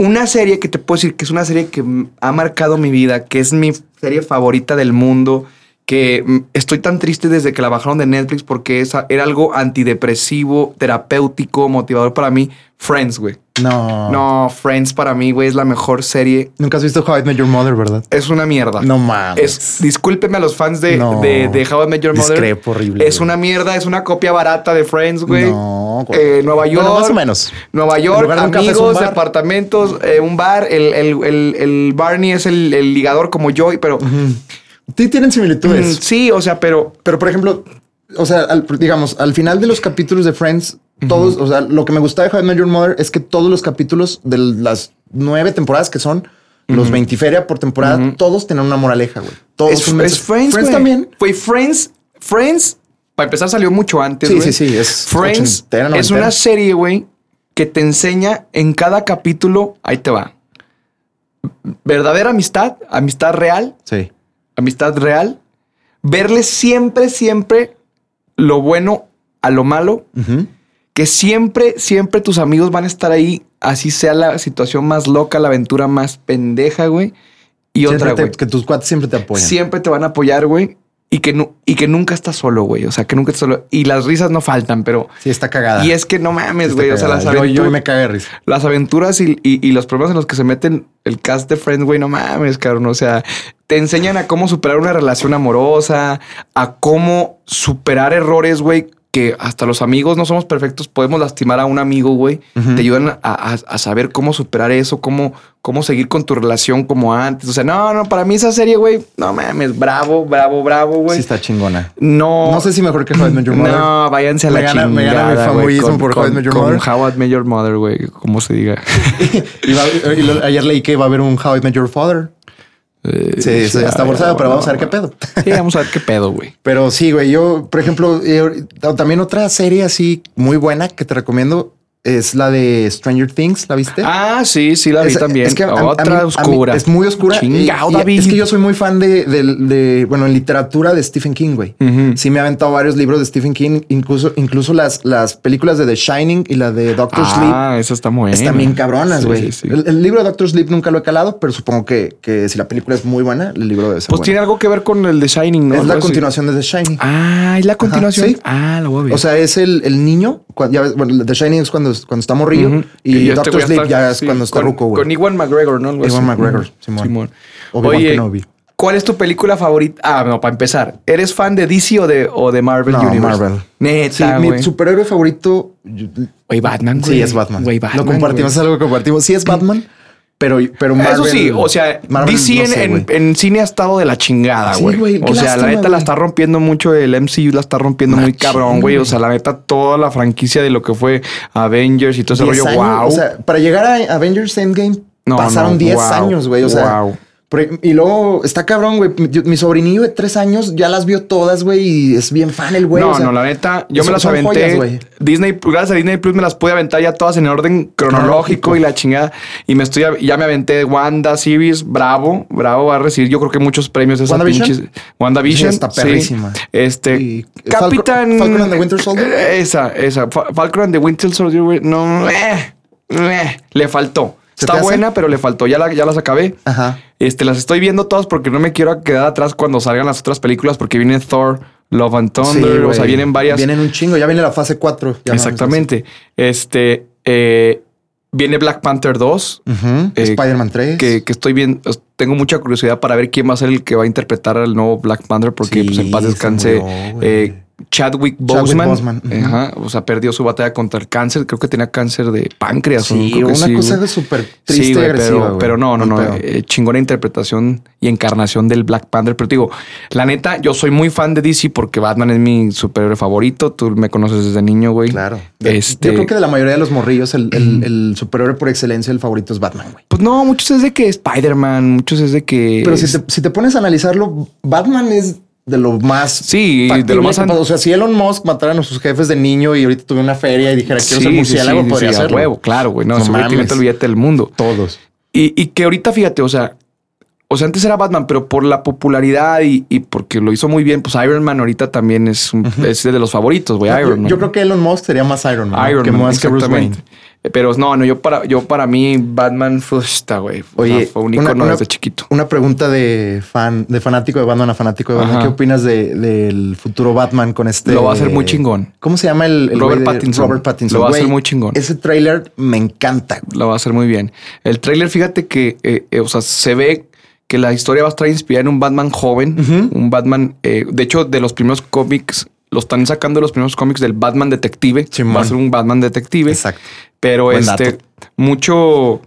S2: Una serie que te puedo decir que es una serie que mm, ha marcado mi vida, que es mi serie favorita del mundo, que mm, estoy tan triste desde que la bajaron de Netflix porque esa era algo antidepresivo, terapéutico, motivador para mí. Friends, güey.
S1: Ah.
S3: No.
S2: No, Friends para mí, güey, es la mejor serie.
S3: Nunca has visto How I Met Your Mother, ¿verdad?
S2: Es una mierda.
S1: No mames.
S2: Es, discúlpeme a los fans de,
S3: No.
S2: de, de How I Met Your Mother.
S1: Discrepo horrible,
S2: Es
S1: güey.
S2: una mierda, es una copia barata de Friends, güey.
S1: No, güey.
S2: Eh, Nueva York.
S1: Bueno, más o menos.
S2: Nueva
S1: En
S2: York,
S1: lugar de un café es un
S2: amigos,
S1: bar.
S2: departamentos, eh, un bar. El, el- el- el Barney es el, el ligador como yo, pero.
S1: Sí, tienen
S2: Mm,
S1: similitudes.
S2: sí, o sea, pero.
S1: Pero, por ejemplo, o sea, al- digamos, al final de los capítulos de Friends, todos, o sea, lo que me gusta de How I Met Your Mother es que todos los capítulos de las nueve temporadas que son los 20 feria por temporada, todos tienen una moraleja, güey. Todos
S2: Es,
S1: son
S2: es
S1: mensajes.
S2: Friends, güey.
S1: también.
S2: Güey, Friends. Friends, para empezar, salió mucho antes.
S1: Sí,
S2: güey.
S1: sí, sí, es
S2: Friends
S1: ochentera,
S2: es
S1: noventera.
S2: una serie, güey, que te enseña en cada capítulo. Ahí te va. Verdadera amistad, amistad real,
S1: Sí.
S2: amistad real. Verle siempre, siempre lo bueno a lo malo.
S1: Ujú.
S2: que siempre, siempre tus amigos van a estar ahí, así sea la situación más loca, la aventura más pendeja, güey. Y
S1: Siempre
S2: otra,
S1: te-
S2: güey.
S1: que tus cuates siempre te apoyan.
S2: Siempre te van a apoyar, güey. Y que, nu- y que nunca estás solo, güey. O sea, que nunca estás solo. Y las risas no faltan, pero...
S1: Sí, está cagada.
S2: Y es que no mames,
S1: Está
S2: güey. O sea,
S1: cagada.
S2: las,
S1: yo,
S2: aventu-
S1: yo me cagué de risa.
S2: las aventuras y, y- y los problemas en los que se meten el cast de Friends, güey, no mames, cabrón. O sea, te enseñan a cómo superar una relación amorosa, a cómo superar errores, güey, que que hasta los amigos no somos perfectos, podemos lastimar a un amigo, güey.
S1: Ujú.
S2: Te ayudan a, a- a saber cómo superar eso, cómo, cómo seguir con tu relación como antes. O sea, no, no, para mí esa serie, güey, no mames, bravo, bravo, bravo, güey.
S1: Sí está chingona.
S2: No.
S1: No sé si mejor que How I Met Your Mother.
S2: No, váyanse a
S1: Me
S2: la
S1: gana-
S2: chingada.
S1: me gana mi
S2: güey,
S1: fanboyismo
S2: con-
S1: por How I
S2: con-
S1: Met Your
S2: con
S1: Mother.
S2: How I Met Your Mother, güey, como se diga.
S1: Y va- y lo- ayer leí que va a haber un How I Met Your Father.
S2: Eh,
S1: Sí, eso ya está forzado, pero vamos a ver qué pedo.
S2: Sí, vamos a ver qué pedo, güey.
S1: Pero sí, güey, yo, por ejemplo, eh, también otra serie así muy buena que te recomiendo es la de Stranger Things. ¿La viste?
S2: Ah, sí, sí, la vi
S1: Es-
S2: también.
S1: es que a- a-
S2: Otra
S1: a mí- a mí
S2: oscura.
S1: es muy oscura. y-
S2: Chingado,
S1: y
S2: David.
S1: Es que yo soy muy fan de, de- de, bueno, en literatura de Stephen King, güey.
S2: Ujú.
S1: Sí me he aventado varios libros de Stephen King, incluso, incluso las, las películas de The Shining y la de Doctor Sleep.
S2: Ah, esa está muy
S1: Están bien cabronas, güey. el, el libro de Doctor Sleep nunca lo he calado, pero supongo que, que si la película es muy buena, el libro debe ser
S2: Pues
S1: bueno.
S2: tiene algo que ver con el de Shining, ¿no? Pues
S1: es la
S2: Algo así.
S1: continuación de The Shining.
S2: Ah, es la continuación.
S1: sí.
S2: Ah, la voy a ver.
S1: O sea, es el, el niño. cuando- ya ves, bueno, The Shining es cuando, cuando está morrillo
S2: Ujú.
S1: y,
S2: este
S1: Doctor
S2: güey
S1: Sleep
S2: está-
S1: ya es
S2: sí,
S1: cuando está
S2: con-
S1: ruco, güey.
S2: Con Iwan McGregor, ¿no? Algo
S1: Ewan
S2: así.
S1: McGregor,
S2: Ujú.
S1: Simón.
S2: Simón.
S1: Obi-Wan
S2: Oye,
S1: Kenobi.
S2: ¿cuál es tu película favorita? Ah, no, para empezar. ¿Eres fan de DC o de, o de Marvel
S1: No,
S2: Universe?
S1: Marvel. Sí,
S2: Neta,
S1: mi
S2: güey.
S1: superhéroe favorito.
S2: Güey, Batman, güey.
S1: Sí, es Batman.
S2: Güey, Batman,
S1: Lo compartimos, es
S2: güey.
S1: algo que compartimos. Sí, es Batman, pero, pero Marvel.
S2: Eso sí, o sea,
S1: Marvel,
S2: DC
S1: no
S2: en,
S1: sé,
S2: en-
S1: güey.
S2: en cine ha estado de la chingada,
S1: Sí,
S2: güey.
S1: güey,
S2: o
S1: qué
S2: sea,
S1: lástima,
S2: la neta la
S1: güey.
S2: está rompiendo mucho, el MCU la está rompiendo muy cabrón, güey. O sea, la neta, toda la franquicia de lo que fue Avengers y todo ese
S1: 10
S2: rollo,
S1: años,
S2: wow.
S1: O sea, para llegar a Avengers Endgame
S2: No,
S1: pasaron
S2: no,
S1: 10
S2: wow,
S1: años, güey. O sea,
S2: wow.
S1: por- y luego está cabrón, güey. Mi, mi sobrinillo de 3 años ya las vio todas, güey, y es bien fan el güey.
S2: no,
S1: o sea,
S2: no, la neta, yo me
S1: son-
S2: las
S1: son
S2: aventé.
S1: joyas, güey.
S2: Disney, gracias a Disney Plus me las pude aventar ya todas en orden cronológico
S1: Cronológico.
S2: y la chingada. Y me estoy, ya me aventé Wanda Series, bravo, bravo, va a recibir yo creo que muchos premios esa
S1: ¿WandaVision?
S2: pinche- WandaVision.
S1: Sí, está perrísima.
S2: Este,
S1: Y Falco-
S2: Capitán.
S1: Falcon and the Winter Soldier.
S2: Esa, esa. Fa- Falcon and the Winter Soldier, güey, no, eh, eh, le faltó.
S1: ¿Se te
S2: Está
S1: hace?
S2: buena, pero le faltó. Ya, la- ya las acabé.
S1: Ajá.
S2: Este, las estoy viendo todas porque no me quiero quedar atrás cuando salgan las otras películas porque viene Thor, Love and Thunder,
S1: Sí,
S2: o sea,
S1: güey.
S2: vienen varias.
S1: Vienen un chingo. Ya viene la fase 4. ya mames,
S2: Exactamente. Este, eh, viene Black Panther 2,
S1: así. Ujú.
S2: Eh,
S1: Spider-Man 3.
S2: que, que estoy bien, os- tengo mucha curiosidad para ver quién va a ser el que va a interpretar al nuevo Black Panther porque
S1: Sí,
S2: pues, en paz
S1: se
S2: descanse
S1: murió, güey.
S2: eh, Chadwick Boseman.
S1: Boseman, ujú.
S2: Ajá, o sea, perdió su batalla contra el cáncer, creo que tenía cáncer de páncreas. o
S1: Sí,
S2: creo que
S1: una
S2: sí,
S1: cosa
S2: güey.
S1: súper triste
S2: Sí,
S1: y
S2: güey,
S1: agresiva.
S2: pero,
S1: güey.
S2: pero no, no,
S1: Un
S2: no.
S1: pedo.
S2: eh, chingona interpretación y encarnación del Black Panther. Pero te digo, la neta, yo soy muy fan de DC porque Batman es mi superhéroe favorito. Tú me conoces desde niño, güey.
S1: Claro. De-
S2: Este,
S1: Yo creo que de la mayoría de los morrillos, el, el- el superhéroe por excelencia, el favorito es Batman, güey.
S2: Pues no, muchos es de que Spider-Man, muchos es de que.
S1: Pero si te, si te pones a analizarlo, Batman es de lo más.
S2: Sí, de
S1: factible
S2: lo más
S1: que
S2: an-
S1: puede- O sea, si Elon Musk mataran a sus jefes de niño y ahorita tuviera una feria y dijera quiero ser
S2: Sí, sí,
S1: murciélago,
S2: sí, sí,
S1: podría
S2: sí, a
S1: hacerlo.
S2: huevo, claro, güey. No,
S1: No
S2: seguro que
S1: mames.
S2: mete el billete del mundo.
S1: Todos.
S2: Y, y que ahorita, fíjate, o sea, o sea, antes era Batman, pero por la popularidad y, y porque lo hizo muy bien, pues Iron Man ahorita también es, un- es de los favoritos, güey.
S1: Yo,
S2: Iron Man.
S1: yo creo que Elon Musk sería más Iron Man. ¿no?
S2: Iron
S1: que
S2: Man,
S1: más que Bruce Wayne.
S2: exactamente. Pero no, no, yo para, yo para mí, Batman fue esta, güey. O sea, fue un icono desde chiquito.
S1: Una pregunta de fan, de fanático de Batman a fanático de Batman.
S2: Ajá.
S1: ¿Qué opinas de- del futuro Batman con este?
S2: Lo va a hacer muy chingón.
S1: ¿Cómo se llama el, el güey
S2: Robert
S1: de-
S2: Pattinson.
S1: Robert Pattinson.
S2: Lo va a
S1: Güey,
S2: hacer muy chingón.
S1: Ese tráiler me encanta. güey.
S2: Lo va a hacer muy bien. El tráiler, fíjate que, eh, eh, o sea, se ve que la historia va a estar inspirada en un Batman joven, un Batman, eh, de hecho, de los primeros cómics, lo están sacando de los primeros cómics del Batman detective.
S1: Simón.
S2: Va a ser un Batman detective.
S1: Exacto.
S2: Pero
S1: Buen
S2: este,
S1: dato.
S2: mucho,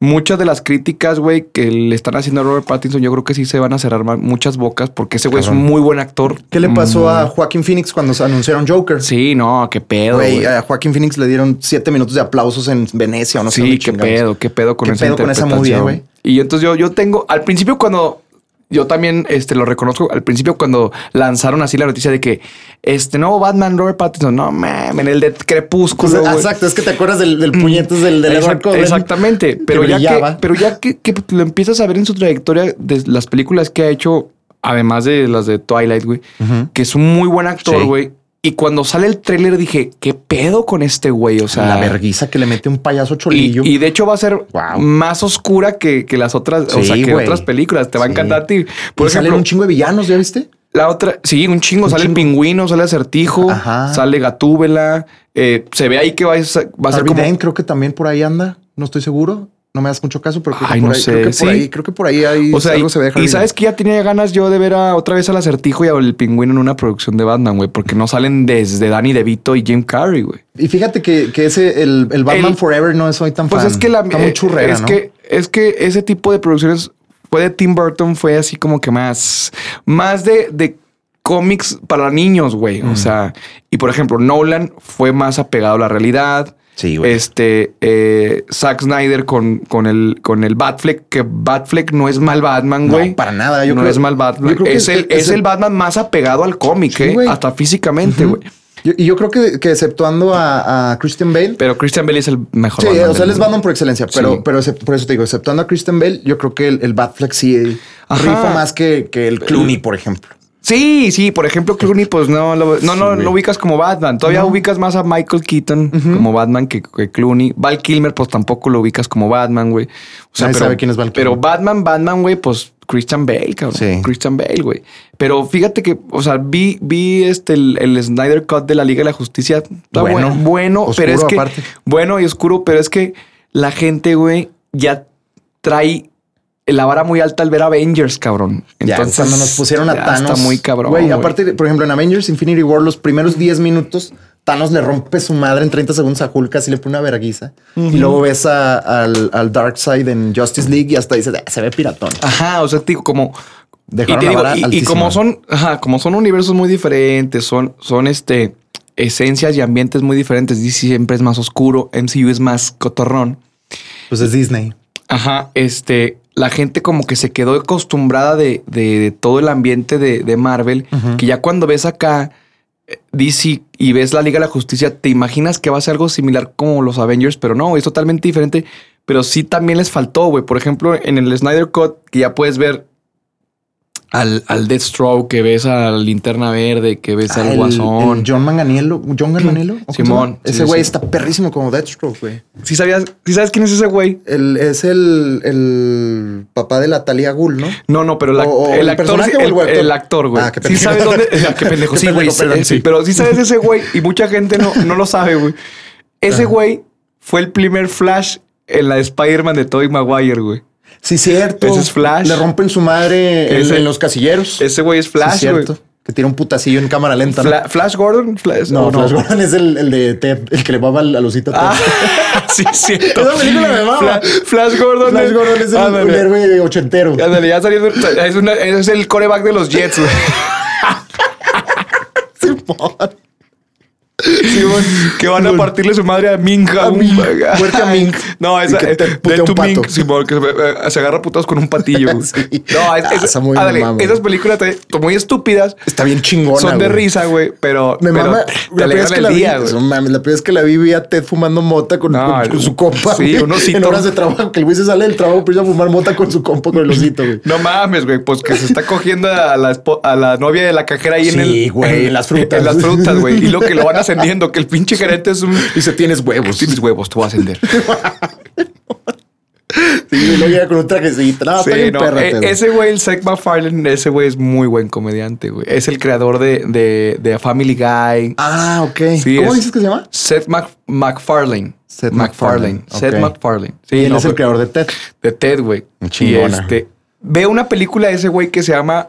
S2: muchas de las críticas, güey, que le están haciendo a Robert Pattinson, yo creo que sí se van a cerrar ma- muchas bocas porque ese güey es un
S1: Cabrón.
S2: muy buen actor. Mm,
S1: ¿Qué le pasó a Joaquín Phoenix cuando se anunciaron Joker?
S2: Sí, no, qué pedo.
S1: Güey,
S2: güey.
S1: a Joaquín Phoenix le dieron siete minutos de aplausos en Venecia o no sé
S2: sí,
S1: dónde
S2: qué
S1: chingados.
S2: pedo, qué pedo con
S1: ¿Qué
S2: esa
S1: pedo con esa movie,
S2: interpretación.
S1: güey?
S2: Y entonces yo, yo tengo, al principio cuando, yo también este, lo reconozco, al principio cuando lanzaron así la noticia de que este nuevo Batman, Robert Pattinson, no mames, el de
S1: O
S2: Crepúsculo.
S1: sea,
S2: güey. Mm.
S1: exacto, es que te acuerdas del, del puñetes del, del Edward
S2: Exact-
S1: Cullen
S2: exactamente, pero
S1: que
S2: ya, que,
S1: brillaba.
S2: pero ya que, que lo empiezas a ver en su trayectoria de las películas que ha hecho, además de las de Twilight, güey,
S1: Ujú.
S2: que es un muy buen actor,
S1: Sí.
S2: güey. Y cuando sale el tráiler dije, ¿qué pedo con este güey? O sea,
S1: la verguiza que le mete un payaso
S2: y,
S1: cholillo.
S2: y de hecho va a ser
S1: Wow.
S2: más oscura que, que las otras, o
S1: Sí,
S2: sea, que
S1: güey.
S2: otras películas. Te va a
S1: Sí.
S2: encantar a ti. Por
S1: Y salen
S2: ejemplo,
S1: un chingo de villanos, ¿ya viste?
S2: la otra, sí, un chingo. sale el pingüino, sale acertijo,
S1: Ajá.
S2: sale gatúbela. eh, se ve ahí que va a, ser- va a ser
S1: Harvey
S2: como.
S1: Dent creo que también por ahí anda, no estoy seguro. no me das mucho caso, pero creo que,
S2: Ay,
S1: por,
S2: no
S1: ahí,
S2: sé.
S1: creo que por
S2: Sí.
S1: ahí, creo que por ahí hay
S2: O sea,
S1: algo
S2: y,
S1: se ve.
S2: y sabes que ya tenía ganas yo de ver a, otra vez al acertijo y al pingüino en una producción de Batman, güey, porque no salen desde Danny DeVito y Jim Carrey, güey.
S1: Y fíjate que, que ese, el, el Batman
S2: El-
S1: Forever no soy tan
S2: Pues
S1: fan.
S2: es que la
S1: Está muy
S2: eh,
S1: churrera,
S2: es
S1: ¿no?
S2: que es que ese tipo de producciones fue de Tim Burton fue así como que más más de, de cómics para niños, güey,
S1: Mm.
S2: o sea, y por ejemplo, Nolan fue más apegado a la realidad.
S1: Sí, güey.
S2: Este eh, Zack Snyder con, con el con el Batfleck, que Batfleck no es mal Batman,
S1: No,
S2: güey.
S1: para nada, yo
S2: no
S1: creo-
S2: es mal
S1: yo
S2: Batman.
S1: creo que
S2: Es,
S1: es-
S2: el,
S1: es
S2: es el
S1: el-
S2: Batman más apegado al cómic,
S1: Sí,
S2: eh,
S1: güey.
S2: hasta físicamente, güey.
S1: Yo- y yo creo que, que exceptuando a, a Christian Bale.
S2: Pero Christian Bale es el mejor.
S1: sí,
S2: Batman
S1: o sea, él
S2: del
S1: es
S2: mundo.
S1: Batman por excelencia, pero,
S2: Sí.
S1: pero ese- por eso te digo, exceptuando a Christian Bale, yo creo que el, el Batfleck sí eh,
S2: Ajá.
S1: rifa más que, que el Clooney, por ejemplo.
S2: Sí, sí, por ejemplo, Clooney, pues no lo, no, no, lo ubicas como Batman. Todavía ubicas más a Michael Keaton como Batman que, que Clooney. Val Kilmer, pues tampoco lo ubicas como Batman, güey. O
S1: Nadie sabe quién es Val Kilmer.
S2: Pero Batman, Batman, güey, pues Christian Bale, cabrón.
S1: Sí.
S2: Christian Bale, güey. Pero fíjate que, o sea, vi, vi este el, el Snyder Cut de la Liga de la Justicia. Está
S1: Bueno.
S2: bueno, bueno,
S1: Oscuro
S2: pero es que
S1: aparte.
S2: bueno y oscuro, pero es que la gente, güey, ya trae la vara muy alta al ver Avengers, cabrón.
S1: Ya,
S2: Entonces,
S1: cuando nos pusieron a
S2: ya
S1: Thanos.
S2: Está muy cabrón.
S1: Güey,
S2: güey.
S1: aparte, por ejemplo, en Avengers Infinity War, los primeros 10 minutos, Thanos le rompe su madre en 30 segundos a Hulk, así le pone una verguiza. Y luego ves a- al, al Darkseid en Justice League y hasta dices, "Ah, se ve piratón.
S2: Ajá, o sea, te digo, como.
S1: Dejaron
S2: y, te
S1: la
S2: digo,
S1: vara
S2: y- y
S1: altísima.
S2: como son, ajá, como son universos muy diferentes, son, son este esencias y ambientes muy diferentes. DC siempre es más oscuro, MCU es más cotorrón.
S1: Pues es Disney.
S2: Ajá, este, la gente como que se quedó acostumbrada de, de- de todo el ambiente de, de Marvel, que ya cuando ves acá eh, DC y ves la Liga de la Justicia, te imaginas que va a ser algo similar como los Avengers, pero no, es totalmente diferente. Pero sí también les faltó, güey. Por ejemplo, en el Snyder Cut, que ya puedes ver al, al Deathstroke, que ves a la Linterna Verde, que ves
S1: Ah,
S2: al
S1: el-
S2: Guasón. Mm.
S1: el John Manganiello. John Manganiello. ¿o cómo se
S2: Simón,
S1: llama?
S2: sí,
S1: Ese güey
S2: sí.
S1: está perrísimo como Deathstroke, güey.
S2: ¿Sí, sabías, ¿Sí sabes quién es ese güey?
S1: El- es el, el papá de la Talia Ghul, ¿no?
S2: No, no, pero el, ac-
S1: O- o
S2: el
S1: el
S2: actor,
S1: personaje
S2: sí-
S1: o el
S2: el,
S1: actor.
S2: el actor, güey.
S1: Ah, qué
S2: sí
S1: pendejo.
S2: sabes dónde. Ah, qué pendejo.
S1: Qué
S2: sí, güey.
S1: pendejo, perdón,
S2: sí,
S1: sí.
S2: Pero sí sabes ese güey y mucha gente no, no lo sabe, güey. Ese güey fue el primer Flash en la de Spider-Man de Tobey Maguire, güey.
S1: Sí, cierto.
S2: Ese es Flash.
S1: Le rompen su madre en,
S2: Ese-
S1: en los casilleros.
S2: Ese güey es Flash,
S1: Sí,
S2: güey.
S1: cierto. Que tira un putacillo en cámara lenta. ¿no?
S2: Fla- Flash Gordon. Flash-
S1: No,
S2: o
S1: Flash Gordon es el, el de Ted, el que le baba al- a Lucita. Ted.
S2: Ah, sí, es cierto.
S1: Esa película me mama.
S2: Fla- Flash Gordon.
S1: Flash Gordon es el,
S2: Ándale.
S1: un héroe ochentero.
S2: Ándale, ya saliendo. Es, una- es el coreback de los Jets, güey.
S1: Simón.
S2: Que van a partirle su madre a Mink. A un-
S1: Mink. Muerte a Mink.
S2: No, esa.
S1: Y que te
S2: eh,
S1: putea
S2: Dead
S1: un
S2: to
S1: pato.
S2: Mink, Simón, que se, eh, se agarra putas con un patillo. güey.
S1: Sí.
S2: No, es,
S1: Ah,
S2: es-
S1: está muy
S2: ándale,
S1: mamá, güey.
S2: esas películas te- son muy estúpidas.
S1: Está bien chingona.
S2: son de
S1: güey.
S2: risa, güey, pero,
S1: Me
S2: pero
S1: mama.
S2: te- te
S1: la primera vez
S2: alegran
S1: que
S2: el
S1: la vi,
S2: día, güey.
S1: no mames, la primera vez que la vi, vi a Ted fumando mota con,
S2: No,
S1: con- con su compa.
S2: sí,
S1: güey.
S2: un osito.
S1: En horas de trabajo, que el güey se sale del trabajo, empieza a fumar mota con su compa, con el osito, güey.
S2: No mames, güey, pues que se está cogiendo a la, espo- a la novia de la cajera ahí en el.
S1: Sí, güey, en las frutas.
S2: En las frutas, güey. Y lo que lo van ascendiendo, que el pinche gerente es un.
S1: Dice, tienes huevos.
S2: Tienes huevos, te voy a ascender.
S1: Sí, y luego llega con un trajecito. No,
S2: Sí,
S1: está bien
S2: no,
S1: perra,
S2: e-
S1: Ted.
S2: ese güey, el Zac McFarlane, ese güey es muy buen comediante, güey. Es el creador de, de, de Family Guy.
S1: Ah, ok.
S2: Sí,
S1: ¿Cómo
S2: es-
S1: dices que se llama?
S2: Seth Mac- MacFarlane.
S1: Seth
S2: MacFarlane.
S1: MacFarlane,
S2: Seth
S1: ok.
S2: MacFarlane.
S1: Y
S2: Sí,
S1: él
S2: no,
S1: es
S2: pues,
S1: el
S2: pero-
S1: creador de Ted.
S2: de Ted, güey. Y
S1: Chingona.
S2: este, veo una película de ese güey que se llama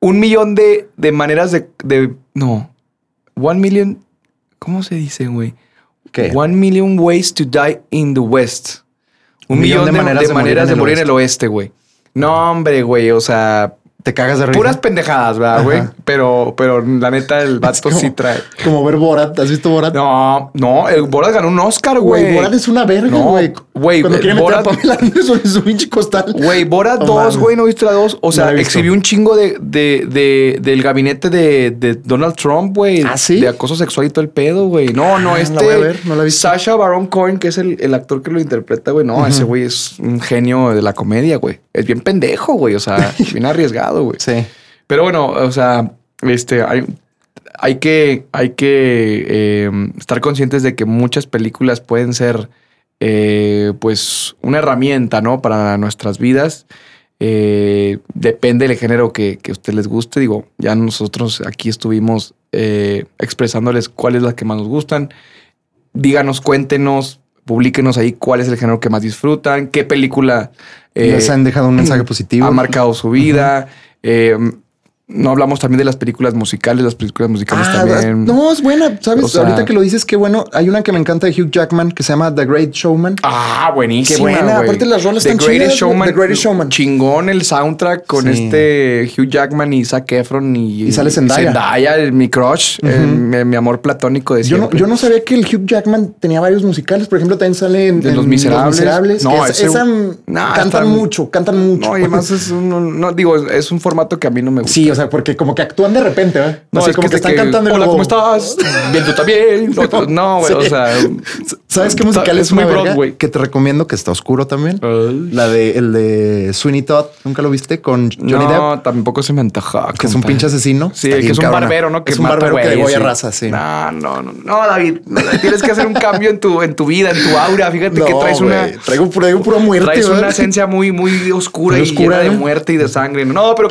S2: Un millón de, de maneras de, de- No. One million... ¿Cómo se dice, güey?
S1: ¿Qué?
S2: One million ways to die in the West. Un, millón, de, de maneras, de, morir, en el oeste, güey. No, hombre, güey. O sea,
S1: Te cagas de risa.
S2: puras pendejadas, ¿verdad, güey? Pero, pero la neta, el vato sí trae.
S1: Como ver Borat. ¿Has visto Borat?
S2: No, no, el Borat ganó un Oscar, güey.
S1: Güey, Borat es una verga,
S2: No,
S1: güey.
S2: güey,
S1: Cuando quiere meter a
S2: Borat-
S1: Pamela Anderson en su pinche costal.
S2: Güey, Borat
S1: No
S2: 2, güey,
S1: mames.
S2: ¿no viste la 2? O sea,
S1: la he visto.
S2: exhibió un chingo de, de, de- del gabinete de, de Donald Trump, güey.
S1: ¿Ah, sí?
S2: De acoso sexual y todo el pedo, güey. No,
S1: Ah,
S2: no,
S1: la
S2: este...
S1: voy a ver, no la he visto.
S2: Sasha Baron Cohen, que es el, el actor que lo interpreta, güey. No, ese güey es un genio de la comedia, güey. Es bien pendejo, güey. O sea, bien arriesgado, güey.
S1: Sí.
S2: Pero bueno, o sea, este, hay, hay que, hay que eh, estar conscientes de que muchas películas pueden ser, eh, pues, una herramienta, ¿no? Para nuestras vidas. Eh, depende del género que, que a usted les guste. Digo, ya nosotros aquí estuvimos eh, expresándoles cuál es la que más nos gustan díganos, cuéntenos, Publíquenos ahí cuál es el género que más disfrutan, qué película eh,
S1: Nos han dejado un mensaje positivo.
S2: ha marcado su vida. Eh, no hablamos también de las películas musicales, las películas musicales
S1: Ah,
S2: también.
S1: no, es buena. Sabes,
S2: O sea-
S1: ahorita que lo dices, qué bueno. Hay una que me encanta de Hugh Jackman que se llama The Great Showman.
S2: Ah, buenísima.
S1: Qué buena,
S2: güey.
S1: aparte las rolas están
S2: Greatest
S1: chidas, güey.
S2: Showman,
S1: The Greatest Showman.
S2: Chingón el soundtrack con
S1: Sí.
S2: este Hugh Jackman y Zac Efron y,
S1: Y sale Zendaya.
S2: Zendaya, el- mi crush, eh, mi, mi amor platónico de
S1: Yo no,
S2: siempre.
S1: yo no sabía que el Hugh Jackman tenía varios musicales. Por ejemplo, también sale en,
S2: De
S1: en
S2: Los Miserables. No,
S1: que es-
S2: ese-
S1: esa, mm,
S2: No,
S1: cantan
S2: está-
S1: mucho, cantan mucho.
S2: No, y además es un, un- no, digo, es- es un formato que a mí no me gusta.
S1: Sí, o sea, porque como que actúan de repente, ¿verdad?
S2: No,
S1: Así
S2: es
S1: como que,
S2: es
S1: están cantando y
S2: Hola,
S1: luego-
S2: ¿cómo estás? Bien, tú también. No, no, güey,
S1: Sí.
S2: o sea.
S1: ¿Sabes qué musical
S2: Está-
S1: es
S2: es muy
S1: muy verga?
S2: Broadway.
S1: Que te recomiendo que está oscuro también. La de el de Sweeney Todd, ¿nunca lo viste? Con Johnny
S2: no,
S1: Depp.
S2: tampoco se me antoja.
S1: Que es un pinche asesino.
S2: Sí,
S1: Está
S2: que
S1: bien
S2: es un
S1: cabrona.
S2: barbero, ¿no? Que
S1: Es un
S2: mata
S1: barbero que
S2: güeyes,
S1: degolla
S2: sí.
S1: raza, sí.
S2: No, no, no, no, David. Tienes que hacer un cambio en tu, en tu vida, en tu aura. Fíjate que
S1: No,
S2: traes una.
S1: güey, Traigo, traigo pura muerte.
S2: Traes una
S1: ¿verdad?
S2: esencia muy, muy oscura
S1: Muy
S2: y
S1: oscura,
S2: llena de
S1: ¿eh?
S2: muerte y de sangre. No, pero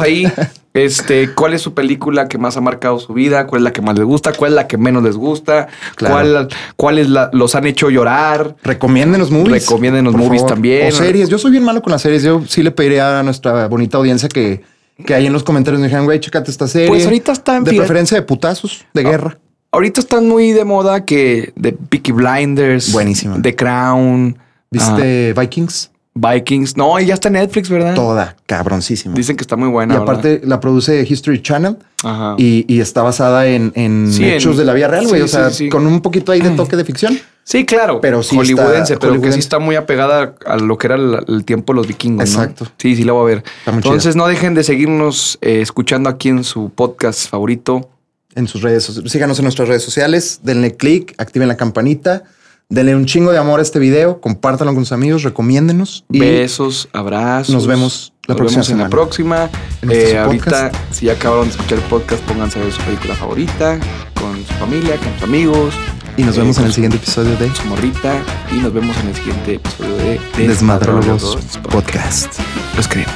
S2: ahí, este, cuál es su película que más ha marcado su vida, cuál es la que más les gusta, cuál es la que menos les gusta,
S1: Claro.
S2: cuál, cuál es la, los han hecho llorar.
S1: Recomiéndenos movies.
S2: Recomiéndenos
S1: por
S2: movies también.
S1: O series. Yo soy bien malo con las series. Yo sí le pediría a nuestra bonita audiencia que, que ahí en los comentarios me dijeran, güey, chécate esta serie.
S2: Pues ahorita está en
S1: De
S2: fila-
S1: preferencia de putazos,
S2: Ah.
S1: de guerra.
S2: Ahorita están muy de moda que de Peaky Blinders,
S1: Buenísima.
S2: The Crown, ah,
S1: ¿Viste Vikings?
S2: Vikings. No, y ya está en Netflix, ¿verdad?
S1: Toda cabroncísima.
S2: Dicen que está muy buena.
S1: y aparte
S2: ¿verdad?
S1: la produce History Channel
S2: Ajá.
S1: y, y está basada en, en
S2: Ah. Sí, en-
S1: hechos de la vida real, güey.
S2: sí,
S1: o sea,
S2: sí, sí.
S1: con un poquito ahí de toque de ficción.
S2: Sí, claro.
S1: Pero sí
S2: Hollywoodense,
S1: está-
S2: pero que sí
S1: hollywoodense.
S2: está muy apegada a lo que era el, el tiempo de los vikingos. ¿no?
S1: Exacto.
S2: Sí, sí, la voy a ver.
S1: muy
S2: Entonces, no dejen de seguirnos eh, escuchando aquí en su podcast favorito.
S1: En sus redes, so- síganos en nuestras redes sociales, denle click, activen la campanita, denle un chingo de amor a este video, compártanlo con sus amigos, recomiéndenos. Y
S2: Besos, abrazos.
S1: nos vemos la
S2: Nos
S1: próxima
S2: vemos en la
S1: semana.
S2: próxima.
S1: En este nuestros
S2: Eh, ahorita,
S1: podcasts.
S2: si ya acabaron de escuchar el podcast, pónganse a ver su película favorita con su familia, con sus amigos,
S1: Y nos
S2: Eh,
S1: vemos en el
S2: pues,
S1: siguiente episodio de
S2: su morrita. Y nos vemos en el siguiente episodio de
S1: Desmadrólogos
S2: Desmadrólogos.
S1: Podcast.
S2: Los queremos.